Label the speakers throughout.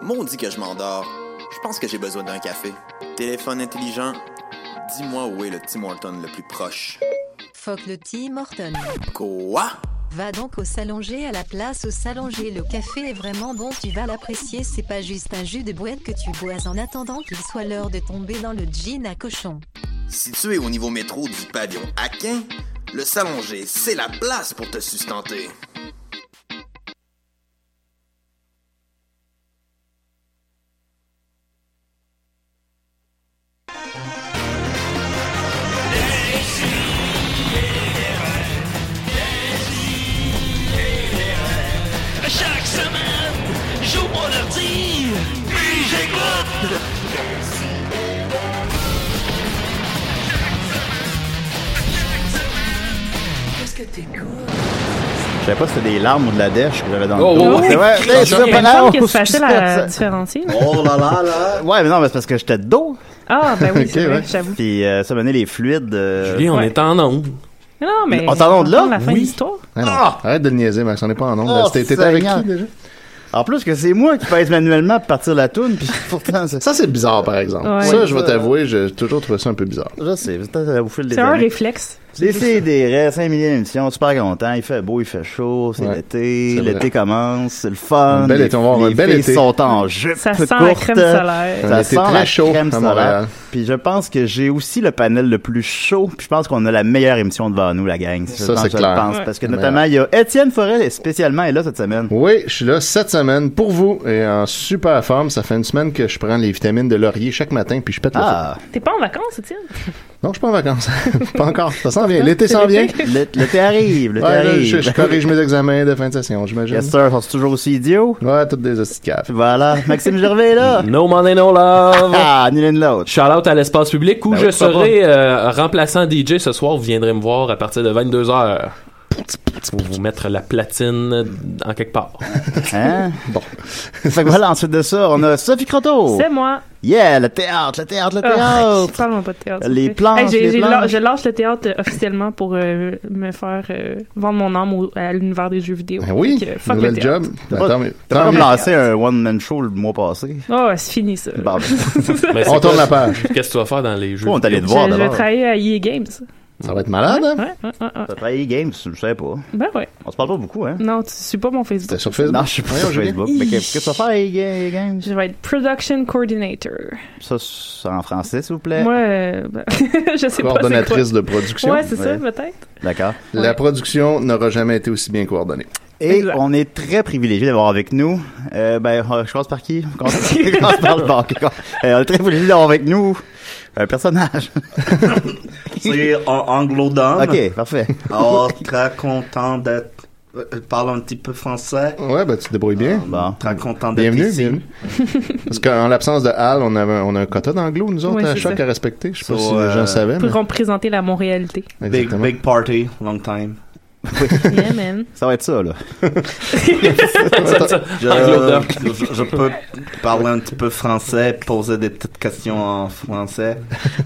Speaker 1: Maudit que je m'endors. Je pense que j'ai besoin d'un café. Téléphone intelligent, dis-moi où est le Tim Horton le plus proche.
Speaker 2: Fuck le Tim Horton.
Speaker 1: Quoi?
Speaker 2: Va donc au Salonger à la place au Salonger. Le café est vraiment bon, tu vas l'apprécier. C'est pas juste un jus de boîte que tu bois en attendant qu'il soit l'heure de tomber dans le jean à cochon.
Speaker 1: Situé au niveau métro du pavillon Aquin, le Salonger, c'est la place pour te sustenter.
Speaker 3: Chaque semaine, j'ouvre mon ordi, puis j'écoute.
Speaker 4: Je savais pas si c'était des larmes ou de la dèche que j'avais dans
Speaker 5: Oh,
Speaker 4: le dos.
Speaker 5: oh,
Speaker 4: C'est vrai,
Speaker 5: oh.
Speaker 4: hey, c'est
Speaker 6: Il
Speaker 4: pas
Speaker 6: me semble
Speaker 4: grave.
Speaker 6: que c'est facile à
Speaker 4: Ouais,
Speaker 6: différencier. là.
Speaker 5: Oh là là là!
Speaker 4: mais non, mais c'est parce que j'étais de dos.
Speaker 6: Ah, ben oui, c'est
Speaker 4: Ok,
Speaker 6: vrai,
Speaker 4: ouais.
Speaker 6: j'avoue.
Speaker 4: Puis euh, ça venait les fluides. euh,
Speaker 5: Julie, on
Speaker 6: ouais.
Speaker 5: est en onde.
Speaker 6: Non, mais.
Speaker 4: On s'en rend de là?
Speaker 6: attend la fin
Speaker 5: Oui.
Speaker 6: de l'histoire.
Speaker 7: Ah non,
Speaker 5: Ah!
Speaker 7: Arrête de le niaiser, Max, on n'est pas en onde.
Speaker 4: Oh,
Speaker 7: C'était- T'étais avec
Speaker 4: Seigneur.
Speaker 7: qui déjà?
Speaker 4: En plus que c'est moi qui pèse manuellement pour partir la toune, puis pourtant, c'est-
Speaker 7: Ça, c'est bizarre, par exemple.
Speaker 6: Ouais.
Speaker 7: Ça, je vais
Speaker 4: Oh, Ça,
Speaker 7: t'avouer, j'ai toujours trouvé ça un peu bizarre.
Speaker 4: je sais, peut-être à vous fil des
Speaker 6: C'est un
Speaker 4: années.
Speaker 6: réflexe.
Speaker 4: Les CDR, 5 millions d'émissions, super content, il fait beau, il fait chaud, c'est
Speaker 7: Ouais,
Speaker 4: l'été,
Speaker 7: c'est vrai.
Speaker 4: l'été commence, c'est le fun.
Speaker 7: Un bel
Speaker 4: les-
Speaker 7: été, on va avoir un
Speaker 4: les
Speaker 7: bel
Speaker 4: filles
Speaker 7: été.
Speaker 4: sont en jupe
Speaker 6: Ça sent
Speaker 4: courte.
Speaker 6: la crème solaire.
Speaker 7: Un
Speaker 4: Ça
Speaker 7: été
Speaker 4: sent la
Speaker 7: très chaud
Speaker 4: crème
Speaker 7: à
Speaker 4: solaire.
Speaker 7: Montréal.
Speaker 4: Puis je pense que j'ai aussi le panel le plus chaud. Puis je pense qu'on a la meilleure émission devant nous, la gang. Je
Speaker 7: Ça,
Speaker 4: pense-
Speaker 7: c'est
Speaker 4: je
Speaker 7: clair.
Speaker 4: pense.
Speaker 6: Ouais.
Speaker 4: Parce que
Speaker 7: La
Speaker 4: notamment, il y a Étienne Forêt, et spécialement, est là cette semaine.
Speaker 7: Oui, je suis là cette semaine pour vous et en super forme. Ça fait une semaine que je prends les vitamines de laurier chaque matin puis je pète le feu.
Speaker 4: Ah,
Speaker 6: T'es pas en vacances, Étienne?
Speaker 7: Non, je suis pas en vacances. pas encore. Ça s'en vient. L'été s'en vient.
Speaker 4: le- l'été arrive, l'été
Speaker 7: Ouais, là,
Speaker 4: arrive.
Speaker 7: je, je corrige mes examens de fin de session, j'imagine.
Speaker 4: Yes, sir, sont toujours aussi idiots?
Speaker 7: Ouais, toutes des hosties de cave.
Speaker 4: Voilà, Maxime Gervais est là.
Speaker 5: No money, no love.
Speaker 4: Ah, ni l'un ni l'autre.
Speaker 5: Shout out à l'espace public où
Speaker 4: Ben
Speaker 5: je
Speaker 4: oui, pourquoi
Speaker 5: serai euh, remplaçant DJ ce soir. Vous viendrez me voir à partir de 22h. Pour vous mettre la platine en quelque part.
Speaker 4: Hein?
Speaker 7: Bon.
Speaker 4: Fait que voilà, ensuite de ça, on a Sophie Croteau.
Speaker 6: C'est moi.
Speaker 4: Yeah, le théâtre, le théâtre, Oh. le
Speaker 6: Ah,
Speaker 4: théâtre.
Speaker 6: Parle-moi pas de théâtre. s'il
Speaker 4: Les
Speaker 6: te plaît.
Speaker 4: planches,
Speaker 6: j'ai-
Speaker 4: les
Speaker 6: j'ai
Speaker 4: planches.
Speaker 6: la- je lâche le théâtre euh, officiellement pour euh, me faire euh, vendre mon âme au- à l'univers des jeux vidéo.
Speaker 7: Ben oui,
Speaker 6: Fait que, fuck le
Speaker 7: nouvelle
Speaker 6: théâtre.
Speaker 7: job. Ben,
Speaker 4: T'as pas-
Speaker 7: tant mieux.
Speaker 4: T'as pas
Speaker 7: Tant
Speaker 4: comme
Speaker 7: mieux.
Speaker 4: lancé un one-man show le mois passé?
Speaker 6: Oh, c'est fini ça.
Speaker 4: Bon, ben,
Speaker 5: Mais c'est
Speaker 7: On tourne
Speaker 5: quoi-
Speaker 7: la page.
Speaker 5: Qu'est-ce que tu vas faire dans les jeux?
Speaker 4: on est allé te
Speaker 6: je,
Speaker 4: voir
Speaker 6: je vais
Speaker 4: d'abord.
Speaker 6: travailler à EA Games.
Speaker 7: Ça va être malade, hein?
Speaker 6: Ouais, ouais, ouais, ouais.
Speaker 4: T'as travaillé Games, je sais pas.
Speaker 6: Ben ouais.
Speaker 4: On se parle pas beaucoup, hein?
Speaker 6: Non, tu suis pas mon
Speaker 7: C'était
Speaker 6: Facebook.
Speaker 7: sur Facebook.
Speaker 4: Non, je suis pas sur
Speaker 7: Voyons, Julien.
Speaker 4: Facebook. Mais qu'est-ce que ça fait, Ga- Games?
Speaker 6: Je vais être production coordinator.
Speaker 4: Ça, c'est en français, s'il vous plaît.
Speaker 6: Moi, euh, ben, je sais pas.
Speaker 7: Coordonnatrice de
Speaker 6: c'est
Speaker 7: production.
Speaker 6: quoi. Ouais, c'est ça,
Speaker 4: Ouais.
Speaker 6: peut-être.
Speaker 4: D'accord.
Speaker 7: La production n'aura jamais été aussi bien coordonnée.
Speaker 4: Et
Speaker 6: Exact.
Speaker 4: on est très privilégié d'avoir avec nous. Euh, ben, euh, je commence par qui? On commence on commence par le banc. Euh, on est très privilégié d'avoir avec nous euh, un personnage.
Speaker 8: C'est un anglo-dame.
Speaker 4: ok, parfait.
Speaker 8: Alors, très content d'être. euh, euh, Parle un petit peu français.
Speaker 7: Ouais, ben tu te débrouilles bien.
Speaker 4: Bon.
Speaker 8: Très content d'être
Speaker 7: Bienvenue,
Speaker 8: ici.
Speaker 7: bienvenue. Parce qu'en l'absence de Hal, on, avait, un- on a un quota d'anglo, nous autres,
Speaker 6: Ouais,
Speaker 7: à
Speaker 6: c'est
Speaker 7: choc
Speaker 6: ça.
Speaker 7: à respecter. Je sais pas
Speaker 8: So,
Speaker 7: si les gens
Speaker 8: euh,
Speaker 7: savaient.
Speaker 6: Pour représenter la Montréalité.
Speaker 7: mais-
Speaker 8: Big,
Speaker 7: Exactement.
Speaker 8: big party, long time.
Speaker 6: Yeah, man.
Speaker 4: Ça va être ça, là.
Speaker 8: Je,
Speaker 5: Anglo-dame.
Speaker 8: je- je peux parler un petit peu français, poser des petites questions en français.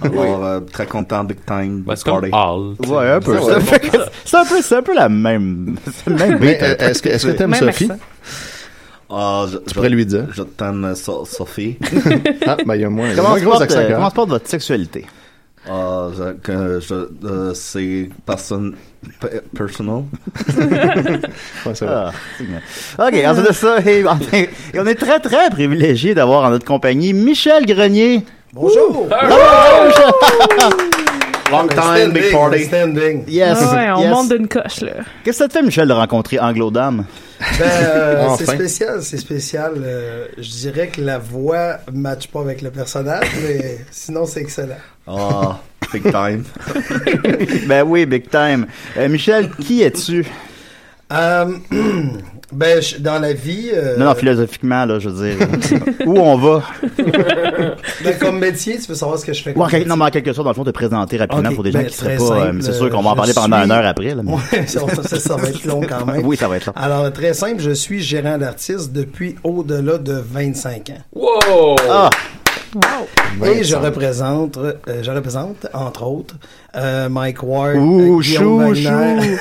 Speaker 8: Alors, euh, très content, big time,
Speaker 5: Ben,
Speaker 8: big
Speaker 5: c'est comme
Speaker 8: party.
Speaker 5: Hall. tu sais.
Speaker 4: Ouais, un peu.
Speaker 7: Ça, ouais.
Speaker 4: Fait que C'est un peu, c'est un peu la même, c'est le même
Speaker 7: Mais
Speaker 4: beat,
Speaker 7: euh,
Speaker 4: hein.
Speaker 7: est-ce que est-ce que t'aimes
Speaker 6: Même
Speaker 7: Sophie?
Speaker 6: accent.
Speaker 8: Ah, je,
Speaker 7: Tu pourrais lui dire.
Speaker 8: Je t'aime, euh, So- Sophie.
Speaker 7: Ah, ben il y a moins. il y a
Speaker 4: Comment
Speaker 7: moins
Speaker 4: se
Speaker 7: gros
Speaker 4: porte,
Speaker 7: accent
Speaker 4: euh,
Speaker 7: quand
Speaker 4: comment
Speaker 7: même.
Speaker 4: se porte votre sexualité?
Speaker 8: Ah, je, que je, euh, c'est person, pe- personal.
Speaker 7: Ouais, c'est vrai.
Speaker 4: Ah, c'est bien. ok, ensuite de ça, et, enfin, et on est très très privilégié d'avoir en notre compagnie Michel Grenier.
Speaker 9: Bonjour!
Speaker 8: Long time, big party.
Speaker 9: Standing.
Speaker 4: Yes,
Speaker 6: Ah ouais, on
Speaker 4: yes.
Speaker 6: monte d'une coche, là.
Speaker 4: Qu'est-ce que ça te fait, Michel, de rencontrer Anglo-Dame?
Speaker 9: Ben, euh,
Speaker 7: Enfin.
Speaker 9: C'est spécial, c'est spécial. Euh, je dirais que la voix ne matche pas avec le personnage, mais sinon c'est excellent.
Speaker 8: Ah, big time.
Speaker 4: ben oui, big time. Euh, Michel, qui es-tu?
Speaker 9: Euh, ben, je- dans la vie, euh,
Speaker 4: Non, non, philosophiquement, là, je veux dire. euh, où on va?
Speaker 9: ben, comme métier, tu veux savoir ce que je fais.
Speaker 4: Ou
Speaker 9: comme
Speaker 4: en quel-
Speaker 9: métier.
Speaker 4: non, mais en quelque sorte, dans le fond, te présenter rapidement
Speaker 9: Ok,
Speaker 4: pour des gens
Speaker 9: ben,
Speaker 4: qui seraient
Speaker 9: très
Speaker 4: pas. euh,
Speaker 9: simple,
Speaker 4: c'est sûr qu'on va en
Speaker 9: je
Speaker 4: parler pendant
Speaker 9: suis-
Speaker 4: une heure après. Là, mais-
Speaker 9: Ouais, ça, ça, ça va être long quand même.
Speaker 4: Oui, ça va être long.
Speaker 9: Alors, très simple, je suis gérant d'artiste depuis au-delà de 25 ans.
Speaker 5: Wow!
Speaker 4: Ah,
Speaker 6: Wow.
Speaker 9: Et je représente, euh, je représente, euh, entre autres, euh, Mike Ward,
Speaker 4: Ouh,
Speaker 9: euh, Guillaume
Speaker 4: chou,
Speaker 9: Wagner,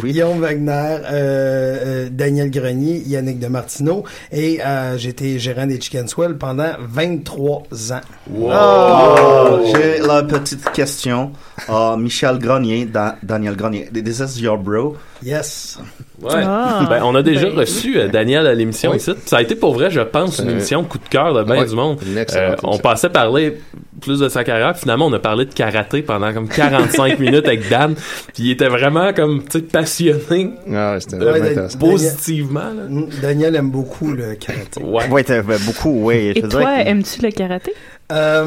Speaker 4: Oui.
Speaker 9: Guillaume Wagner, euh, euh, Daniel Grenier, Yannick de Martineau et euh, j'étais gérant des Chicken Swell pendant 23 ans.
Speaker 8: Oh. J'ai la petite question. Euh, Michel Grenier, Da- Daniel Grenier, this is your bro.
Speaker 9: Yes.
Speaker 5: Ouais.
Speaker 6: Ah.
Speaker 5: Ben, on a déjà
Speaker 6: Ben.
Speaker 5: reçu euh, Daniel à l'émission
Speaker 7: Oui.
Speaker 5: ici. Ça a été pour vrai, je pense, une
Speaker 7: Euh,
Speaker 5: émission coup de cœur de bien
Speaker 7: oui,
Speaker 5: du monde. Euh,
Speaker 7: une excellente émission.
Speaker 5: on passait parler plus de sa carrière. puis Finalement, on a parlé de karaté pendant comme 45 minutes avec Dan. Puis il était vraiment comme, tu sais, passionné
Speaker 7: Ah, ouais, c'était
Speaker 5: de-
Speaker 7: vraiment intéressant.
Speaker 5: positivement. là.
Speaker 9: Mm, Daniel aime beaucoup le karaté.
Speaker 5: Ouais.
Speaker 4: Ouais, t'as ben, beaucoup, ouais.
Speaker 6: Et
Speaker 4: Je te dirais
Speaker 6: toi,
Speaker 4: que-
Speaker 6: aimes-tu le karaté?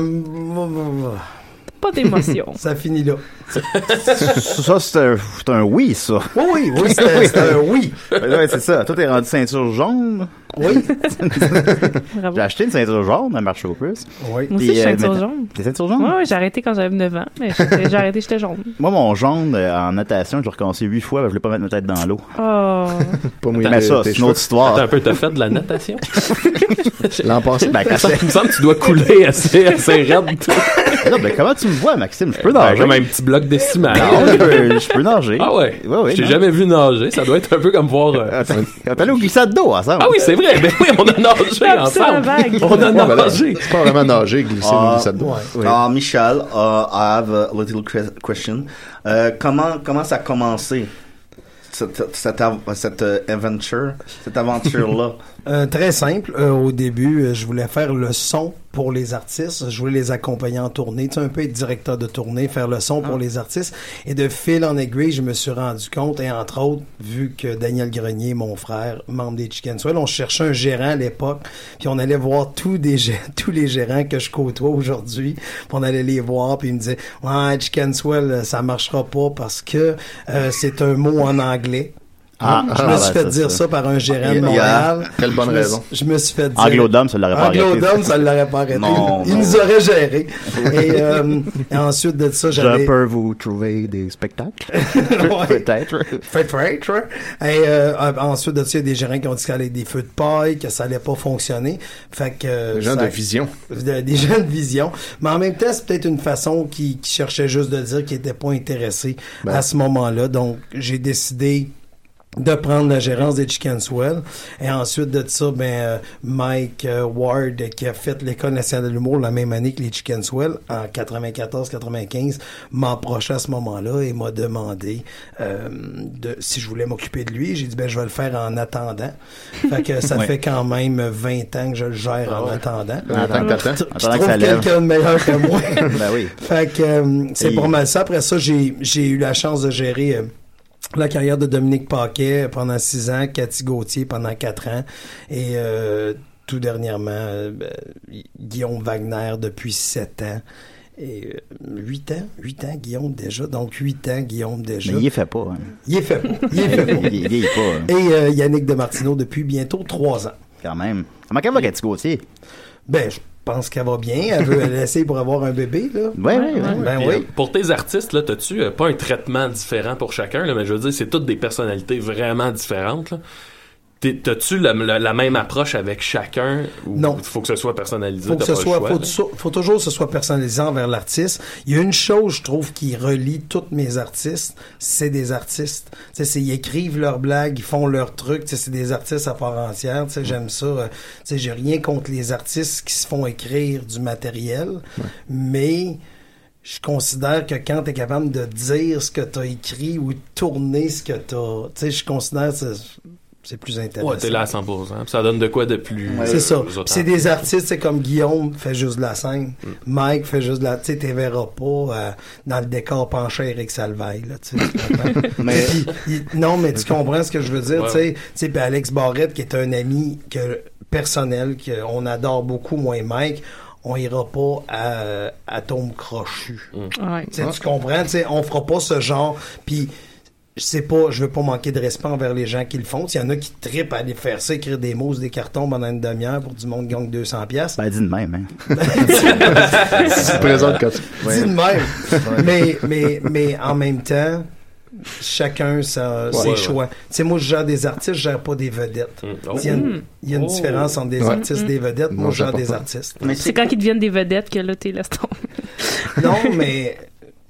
Speaker 9: Euh,
Speaker 6: Pas d'émotion.
Speaker 9: ça finit là.
Speaker 4: Ça, c'est un, c'est un oui, ça.
Speaker 9: Oui, oui, oui, c'était c'était
Speaker 8: euh,
Speaker 9: un oui.
Speaker 4: Ben ouais, c'est ça. Toi, t'es rendu ceinture jaune.
Speaker 9: Oui,
Speaker 6: Bravo.
Speaker 4: J'ai acheté une ceinture jaune, elle marche au plus.
Speaker 9: oui.
Speaker 6: Moi aussi,
Speaker 4: Puis,
Speaker 6: je suis
Speaker 4: euh,
Speaker 6: ceinture
Speaker 4: maintenant-
Speaker 6: jaune.
Speaker 4: T'es ceinture jaune?
Speaker 6: Ouais, ouais, j'ai arrêté quand j'avais 9 ans, mais j'étais- j'ai arrêté, j'étais jaune.
Speaker 4: Moi, mon jaune, euh, en natation, je l'ai recommencé huit fois, ben, je voulais pas mettre ma tête dans l'eau.
Speaker 6: Oh,
Speaker 7: Pas mouillé
Speaker 4: Mais ça,
Speaker 7: tes
Speaker 4: c'est une autre
Speaker 7: cheveux.
Speaker 4: histoire.
Speaker 5: T'as un peu, t'as fait de la natation?
Speaker 7: L'an passé,
Speaker 4: Ben, quand
Speaker 5: Ça
Speaker 4: c'est-
Speaker 5: il me semble que tu dois couler assez, assez raide. toi.
Speaker 4: Non, ben, comment tu me vois, Maxime? Je peux
Speaker 5: Ben,
Speaker 4: nager.
Speaker 5: comme un petit bloc décimal.
Speaker 4: Non, je peux- je peux nager.
Speaker 5: Ah ouais?
Speaker 4: Ouais, ouais,
Speaker 5: je t'ai
Speaker 4: non.
Speaker 5: jamais vu nager. Ça doit être un peu comme voir... euh,
Speaker 4: Attends, On est allé au glissade d'eau ensemble.
Speaker 5: Ah oui, c'est vrai. Ben oui, on a nagé
Speaker 6: Stop, c'est la
Speaker 5: ensemble.
Speaker 6: vague.
Speaker 5: On a
Speaker 7: Ouais, ben là,
Speaker 5: nagé.
Speaker 7: c'est pas vraiment nager, glisser
Speaker 8: Ah,
Speaker 7: ou glisser dedans.
Speaker 9: ouais.
Speaker 8: Ah, Michel, euh, I have a little que- question. Euh, comment, comment ça a commencé, cette, cette, av- cette, euh, adventure, cette aventure-là?
Speaker 9: Euh, très simple. Euh, au début, euh, je voulais faire le son pour les artistes. Je voulais les accompagner en tournée. Tu sais, un peu être directeur de tournée, faire le son pour les artistes. Et de fil en aiguille, je me suis rendu compte, et entre autres, vu que Daniel Grenier, mon frère, membre des Chicken Swell, on cherchait un gérant à l'époque, puis on allait voir tous, des, gé- tous les gérants que je côtoie aujourd'hui, puis on allait les voir, puis ils me disaient « Ouais, Chicken Swell, euh, ça marchera pas parce que euh, c'est un mot en anglais. »
Speaker 4: Ah,
Speaker 9: je me
Speaker 4: ah,
Speaker 9: suis
Speaker 4: ben,
Speaker 9: fait
Speaker 4: ça,
Speaker 9: dire
Speaker 4: ça.
Speaker 9: ça par un gérant
Speaker 8: Il y
Speaker 9: de
Speaker 8: a-
Speaker 9: Montréal.
Speaker 7: Quelle bonne
Speaker 9: Je me
Speaker 7: raison.
Speaker 9: suis- Je me suis fait dire.
Speaker 4: Anglo-Dame, ça l'aurait pas arrêté.
Speaker 9: Anglo-Dame, ça l'aurait pas arrêté.
Speaker 8: Non,
Speaker 9: il
Speaker 8: non.
Speaker 9: nous aurait géré. Et euh, et ensuite de ça,
Speaker 4: Je
Speaker 9: j'avais.
Speaker 4: peux vous trouver des spectacles.
Speaker 9: Ouais.
Speaker 4: Peut-être.
Speaker 9: Fait freight, right? Et euh, euh, ensuite de ça, il y a des gérants qui ont dit qu'il allait des feux de paille, que ça allait pas fonctionner. Fait que. euh,
Speaker 7: Les gens
Speaker 9: ça-
Speaker 7: de vision.
Speaker 9: de- des gens de vision. Mais en même temps, c'est peut-être une façon qui, qui cherchait juste de dire qu'ils n'étaient pas intéressés
Speaker 7: Ben.
Speaker 9: à ce moment-là. Donc, j'ai décidé de prendre la gérance des Chicken Swell. Et ensuite de ça, ben, euh, Mike euh, Ward, qui a fait l'École nationale de l'humour la même année que les Chicken Swell, en 94-95, m'a approché à ce moment-là et m'a demandé euh, de, si je voulais m'occuper de lui. J'ai dit, ben, je vais le faire en attendant. Fait que ça
Speaker 4: Ouais.
Speaker 9: fait quand même 20 ans que je le gère en attendant.
Speaker 7: Attends que t'attends.
Speaker 9: Je
Speaker 4: Attendant
Speaker 9: trouve
Speaker 4: que ça lève.
Speaker 9: quelqu'un de meilleur que moi.
Speaker 4: Ben oui.
Speaker 9: fait que euh, c'est
Speaker 4: Et-
Speaker 9: pour mal ça. Après ça, j'ai j'ai eu la chance de gérer euh, la carrière de Dominique Paquet pendant six ans, Cathy Gauthier pendant quatre ans et euh, tout dernièrement euh, ben, Guillaume Wagner depuis sept ans. Et euh, huit ans, huit ans Guillaume déjà, donc huit ans Guillaume déjà.
Speaker 4: Mais il est fait pas. hein.
Speaker 9: Il est fait beau, il est fait beau.
Speaker 4: Il il vieillit pas, hein,
Speaker 9: Et euh, Yannick Demartino depuis bientôt trois ans.
Speaker 4: quand même. Comment qu'elle va, Cathy Gauthier?
Speaker 9: Ben, je pense qu'elle va bien. Elle veut elle essaie pour avoir un bébé, là.
Speaker 4: Ouais, ouais, ouais.
Speaker 9: Ben
Speaker 5: Puis,
Speaker 9: oui.
Speaker 5: euh, Pour tes artistes, là, t'as-tu euh, pas un traitement différent pour chacun, là, mais je veux dire, c'est toutes des personnalités vraiment différentes, là. T'es- T'as-tu la, la- la même approche avec chacun? Ou
Speaker 9: Non.
Speaker 5: Faut que ce soit personnalisé.
Speaker 9: Faut que
Speaker 5: t'as
Speaker 9: ce
Speaker 5: pas le
Speaker 9: soit,
Speaker 5: choix,
Speaker 9: faut,
Speaker 5: là?
Speaker 9: so- faut toujours que ce soit personnalisé envers l'artiste. Il y a une chose, je trouve, qui relie toutes mes artistes, c'est des artistes. Tu sais, c'est- ils écrivent leurs blagues, ils font leurs trucs. Tu sais, c'est des artistes à part entière. Tu sais, j'aime ça. euh, Tu sais, j'ai rien contre les artistes qui se font écrire du matériel, mais je considère que quand t'es capable de dire ce que t'as écrit ou de tourner ce que t'as, tu sais, je considère que c'est- c'est plus intéressant.
Speaker 5: Ouais, t'es là à 100%. puis ça donne de quoi de plus. euh,
Speaker 9: C'est ça.
Speaker 5: autant.
Speaker 9: Puis C'est des artistes, c'est comme Guillaume fait juste de la scène, Mike fait juste de la, tu sais, t'es verras pas euh, dans le décor penché Eric Salveille là, tu sais, tu comprends?
Speaker 8: Mais-
Speaker 9: Puis, il- non, mais tu comprends ce que je veux dire,
Speaker 5: Ouais,
Speaker 9: tu sais, tu sais, puis Alex Barrette qui est un ami que personnel qu'on adore beaucoup, moi et Mike, on ira pas à, à tombe crochu.
Speaker 4: Oh.
Speaker 6: ouais.
Speaker 9: Tu sais, Tu comprends? Tu sais, on fera pas ce genre. Puis, je sais pas, je veux pas manquer de respect envers les gens qui le font. Il y en a qui trippent à aller faire ça, écrire des mots sur des cartons pendant une demi-heure pour du monde qui gagne 200 pièces.
Speaker 4: Ben, dis de même, hein.
Speaker 7: Tu te présentes quand tu.
Speaker 9: Dis de même. mais, mais, mais en même temps, chacun sa- ses
Speaker 5: ouais.
Speaker 9: choix. Tu sais, moi, je gère des artistes, je gère pas des vedettes.
Speaker 5: Mm. Oh.
Speaker 9: Il y a une, il y a une
Speaker 5: Oh.
Speaker 9: différence entre des
Speaker 7: Ouais.
Speaker 9: artistes et des vedettes.
Speaker 7: Non,
Speaker 9: Moi, je
Speaker 7: c'est
Speaker 9: gère des
Speaker 7: important.
Speaker 9: artistes.
Speaker 8: Mais
Speaker 6: C'est quand ils deviennent des vedettes que là, t'es laisse tomber.
Speaker 9: Non, mais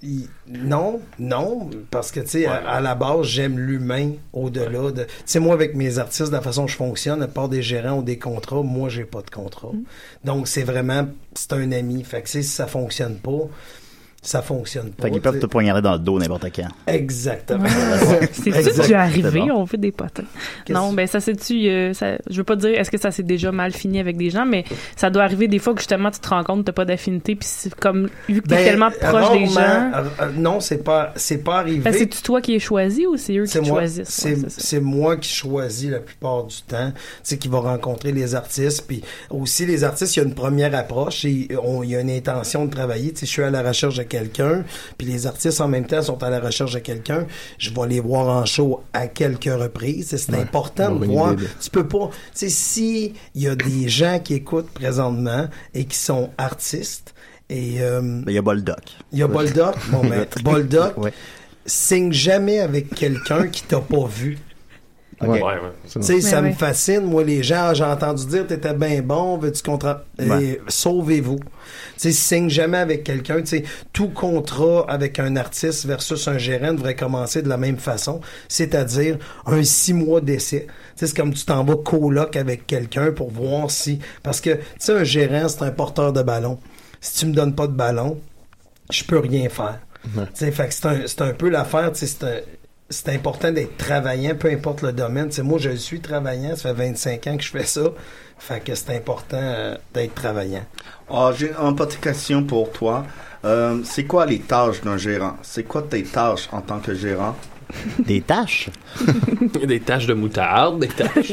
Speaker 9: il- non, non, parce que, tu sais, à, à la base, j'aime l'humain au-delà de... Tu sais, moi, avec mes artistes, de la façon dont je fonctionne, à part des gérants ou des contrats, moi, j'ai pas de contrat.
Speaker 6: Mm.
Speaker 9: Donc, c'est vraiment... C'est un ami. Fait que, tu sais, si ça fonctionne pas, ça fonctionne pas.
Speaker 4: Fait qu'ils peuvent
Speaker 9: tu
Speaker 4: te
Speaker 9: sais.
Speaker 4: poignarder dans le dos n'importe quand.
Speaker 9: Exactement.
Speaker 6: C'est-tu déjà arrivé?
Speaker 4: Exactement.
Speaker 6: On fait des potins.
Speaker 9: Qu'est-ce-
Speaker 6: Non, ben ça s'est-tu... euh, ça- je veux pas dire est-ce que ça s'est déjà mal fini avec des gens, mais ça doit arriver des fois que justement tu te rends compte que t'as pas d'affinité, puis c'est comme vu que t'es
Speaker 9: Ben,
Speaker 6: tellement proche des gens...
Speaker 9: rarement- euh, euh, non, c'est pas, c'est pas arrivé.
Speaker 6: Ben, c'est-tu toi qui es choisi ou c'est eux qui
Speaker 9: C'est
Speaker 6: te
Speaker 9: moi,
Speaker 6: choisissent?
Speaker 9: c'est,
Speaker 6: Ouais, c'est ça.
Speaker 9: c'est moi qui choisis la plupart du temps, tu sais, qui va rencontrer les artistes. Puis aussi, les artistes, il y a une première approche et on, il y a une intention de travailler. Tu sais, je suis à la recherche de quelqu'un, puis les artistes en même temps sont à la recherche de quelqu'un. Je vais les voir en show à quelques reprises. C'est, c'est important de
Speaker 7: bonne
Speaker 9: voir.
Speaker 7: idée, là.
Speaker 9: Tu peux pas. Tu sais, si il y a des gens qui écoutent présentement et qui sont artistes, et euh,
Speaker 4: Ben, Il y a Boldoc.
Speaker 9: il y a Boldoc. Bon, ben, Boldoc,
Speaker 4: Ouais.
Speaker 9: signe jamais avec quelqu'un qui t'a pas vu.
Speaker 7: Ouais.
Speaker 5: Oh, Ouais, ouais.
Speaker 9: Tu sais,
Speaker 6: Mais
Speaker 9: ça me
Speaker 6: oui.
Speaker 9: fascine. Moi, les gens, ah, j'ai entendu dire, t'étais bien bon, veux-tu contrat...
Speaker 4: Ouais.
Speaker 9: Eh, Sauvez-vous. Tu sais, signe jamais avec quelqu'un. Tu sais, tout contrat avec un artiste versus un gérant devrait commencer de la même façon, c'est-à-dire un six mois d'essai. Tu sais, c'est comme tu t'en vas coloc avec quelqu'un pour voir si... Parce que, tu sais, un gérant, c'est un porteur de ballon. Si tu me donnes pas de ballon, je peux rien faire. Tu sais, fait que c'est un, c'est un peu l'affaire, tu sais, c'est un- c'est important d'être travaillant, peu importe le domaine. Tu sais, moi, je suis travaillant, ça fait 25 ans que je fais ça. Fait que c'est important euh, d'être travaillant.
Speaker 8: Ah, j'ai une petite question pour toi. Euh, c'est quoi les tâches d'un gérant? C'est quoi tes tâches en tant que gérant?
Speaker 4: Des tâches.
Speaker 5: Des taches de moutarde, des taches.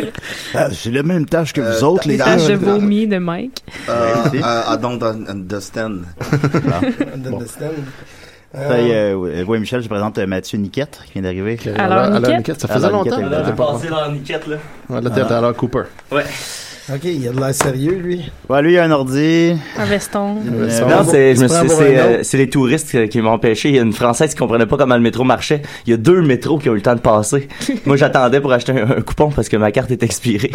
Speaker 4: Ah, c'est la même tâche que
Speaker 8: Euh,
Speaker 4: vous autres,
Speaker 8: ta-
Speaker 4: les
Speaker 8: ta-
Speaker 4: gars.
Speaker 6: Tâche de
Speaker 8: Ah,
Speaker 6: vomi de Mike.
Speaker 8: Euh,
Speaker 4: Ouais, aussi.
Speaker 8: à, à Don't Un- Understand.
Speaker 9: Understand? Euh,
Speaker 4: Fait, euh, ouais, ouais, Michel, je présente euh, Mathieu Niquette qui vient d'arriver.
Speaker 6: Alors, Niquette?
Speaker 7: Niquette, ça faisait
Speaker 4: Alors,
Speaker 7: longtemps.
Speaker 4: Niquette,
Speaker 7: là, t'es pas-
Speaker 3: leur niquette, là.
Speaker 7: Ouais, Là, t'es à l'heure Cooper.
Speaker 9: Euh, OK, il a de l'air sérieux, lui.
Speaker 4: Ouais, lui, il a un ordi.
Speaker 6: Un veston.
Speaker 4: Euh,
Speaker 7: Non,
Speaker 10: Non, c'est, je me
Speaker 9: Tu prends
Speaker 10: suis,
Speaker 9: pour
Speaker 10: c'est,
Speaker 9: un
Speaker 10: euh,
Speaker 9: autre?
Speaker 10: c'est les touristes euh, qui m'ont empêché. Il y a une Française qui comprenait pas comment le métro marchait. Il y a deux métros qui ont eu le temps de passer. Moi, j'attendais pour acheter un, un coupon parce que ma carte est expirée.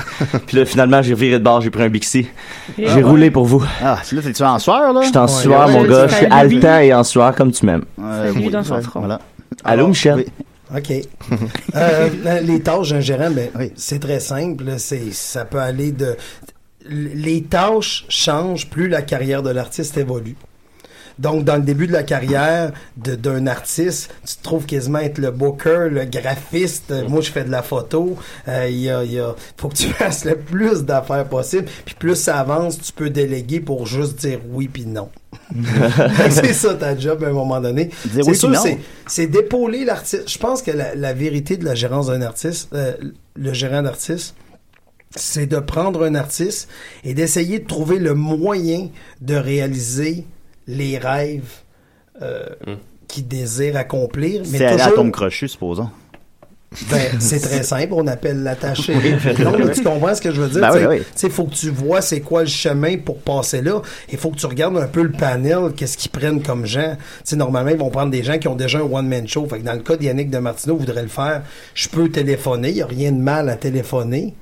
Speaker 10: Puis là, finalement, j'ai viré de bord, j'ai pris un Bixi.
Speaker 6: Et-
Speaker 10: J'ai roulé pour vous.
Speaker 4: Ah, c'est là, t'es-tu en soir, là?
Speaker 10: Je suis en sueur,
Speaker 6: ouais,
Speaker 10: mon
Speaker 6: ouais,
Speaker 10: gars.
Speaker 6: ouais,
Speaker 10: Je suis
Speaker 6: ouais.
Speaker 10: haletant et en sueur comme tu m'aimes.
Speaker 4: Euh,
Speaker 6: Salut
Speaker 4: oui,
Speaker 6: dans son
Speaker 4: ouais,
Speaker 6: front.
Speaker 4: Voilà. Ah,
Speaker 10: Allô, Michel?
Speaker 4: oui.
Speaker 9: OK. Euh, les tâches d'un gérant, ben, c'est très simple. là. C'est, ça peut aller de... Les tâches changent plus la carrière de l'artiste évolue. Donc, dans le début de la carrière de- d'un artiste, tu te trouves quasiment être le booker, le graphiste. Euh, Moi, je fais de la photo. Euh, Il y a- il y a- faut que tu fasses le plus d'affaires possible. Puis plus ça avance, tu peux déléguer pour juste dire oui puis non. c'est ça ta job à un moment donné.
Speaker 4: Dire
Speaker 9: C'est
Speaker 4: oui
Speaker 9: sûr,
Speaker 4: puis non.
Speaker 9: c'est- c'est d'épauler l'artiste. Je pense que la, la vérité de la gérance d'un artiste, euh, le gérant d'artiste, c'est de prendre un artiste et d'essayer de trouver le moyen de réaliser les rêves euh, qu'il désire accomplir. Mais
Speaker 4: Hmm. C'est aller à
Speaker 9: toujours-
Speaker 4: tombe crochu, supposons.
Speaker 9: ben, c'est très simple, on appelle l'attaché. Non, mais tu comprends ce que je veux dire?
Speaker 4: Ben oui,
Speaker 9: t'sais?
Speaker 4: oui.
Speaker 9: T'sais, faut que tu vois c'est quoi le chemin pour passer là. Il faut que tu regardes un peu le panel, qu'est-ce qu'ils prennent comme gens. T'sais, normalement, ils vont prendre des gens qui ont déjà un one-man show. Fait que dans le cas d'Yannick de Martineau, voudrait le faire. Je peux téléphoner, il n'y a rien de mal à téléphoner,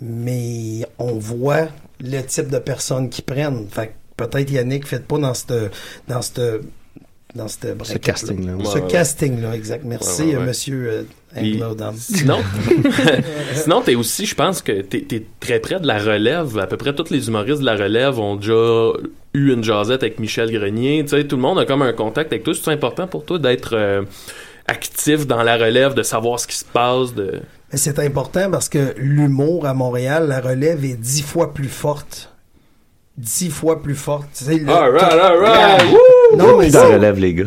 Speaker 9: mais on voit le type de personnes qu'ils prennent. Fait que peut-être Yannick, faites pas dans cette. Dans cette dans cette bracket-là.
Speaker 7: casting-là, ouais.
Speaker 9: Ce
Speaker 5: Ouais, ouais, ouais.
Speaker 9: casting-là, exact. Merci,
Speaker 5: Ouais, ouais, ouais.
Speaker 9: monsieur euh,
Speaker 5: Puis,
Speaker 9: Anglo-Dame.
Speaker 5: Sinon, sinon t'es aussi, je pense que t'es es très près de la relève. À peu près tous les humoristes de la relève ont déjà eu une jasette avec Michel Grenier. Tu sais, tout le monde a comme un contact avec toi. C'est important pour toi d'être euh, actif dans la relève, de savoir ce qui se passe. De...
Speaker 9: Mais C'est important parce que l'humour à Montréal, la relève est dix fois plus forte. Dix fois plus forte. Tu sais, le-
Speaker 5: Ah,
Speaker 9: Non, mais
Speaker 10: Je t'en
Speaker 9: c'est-
Speaker 10: relève, les gars.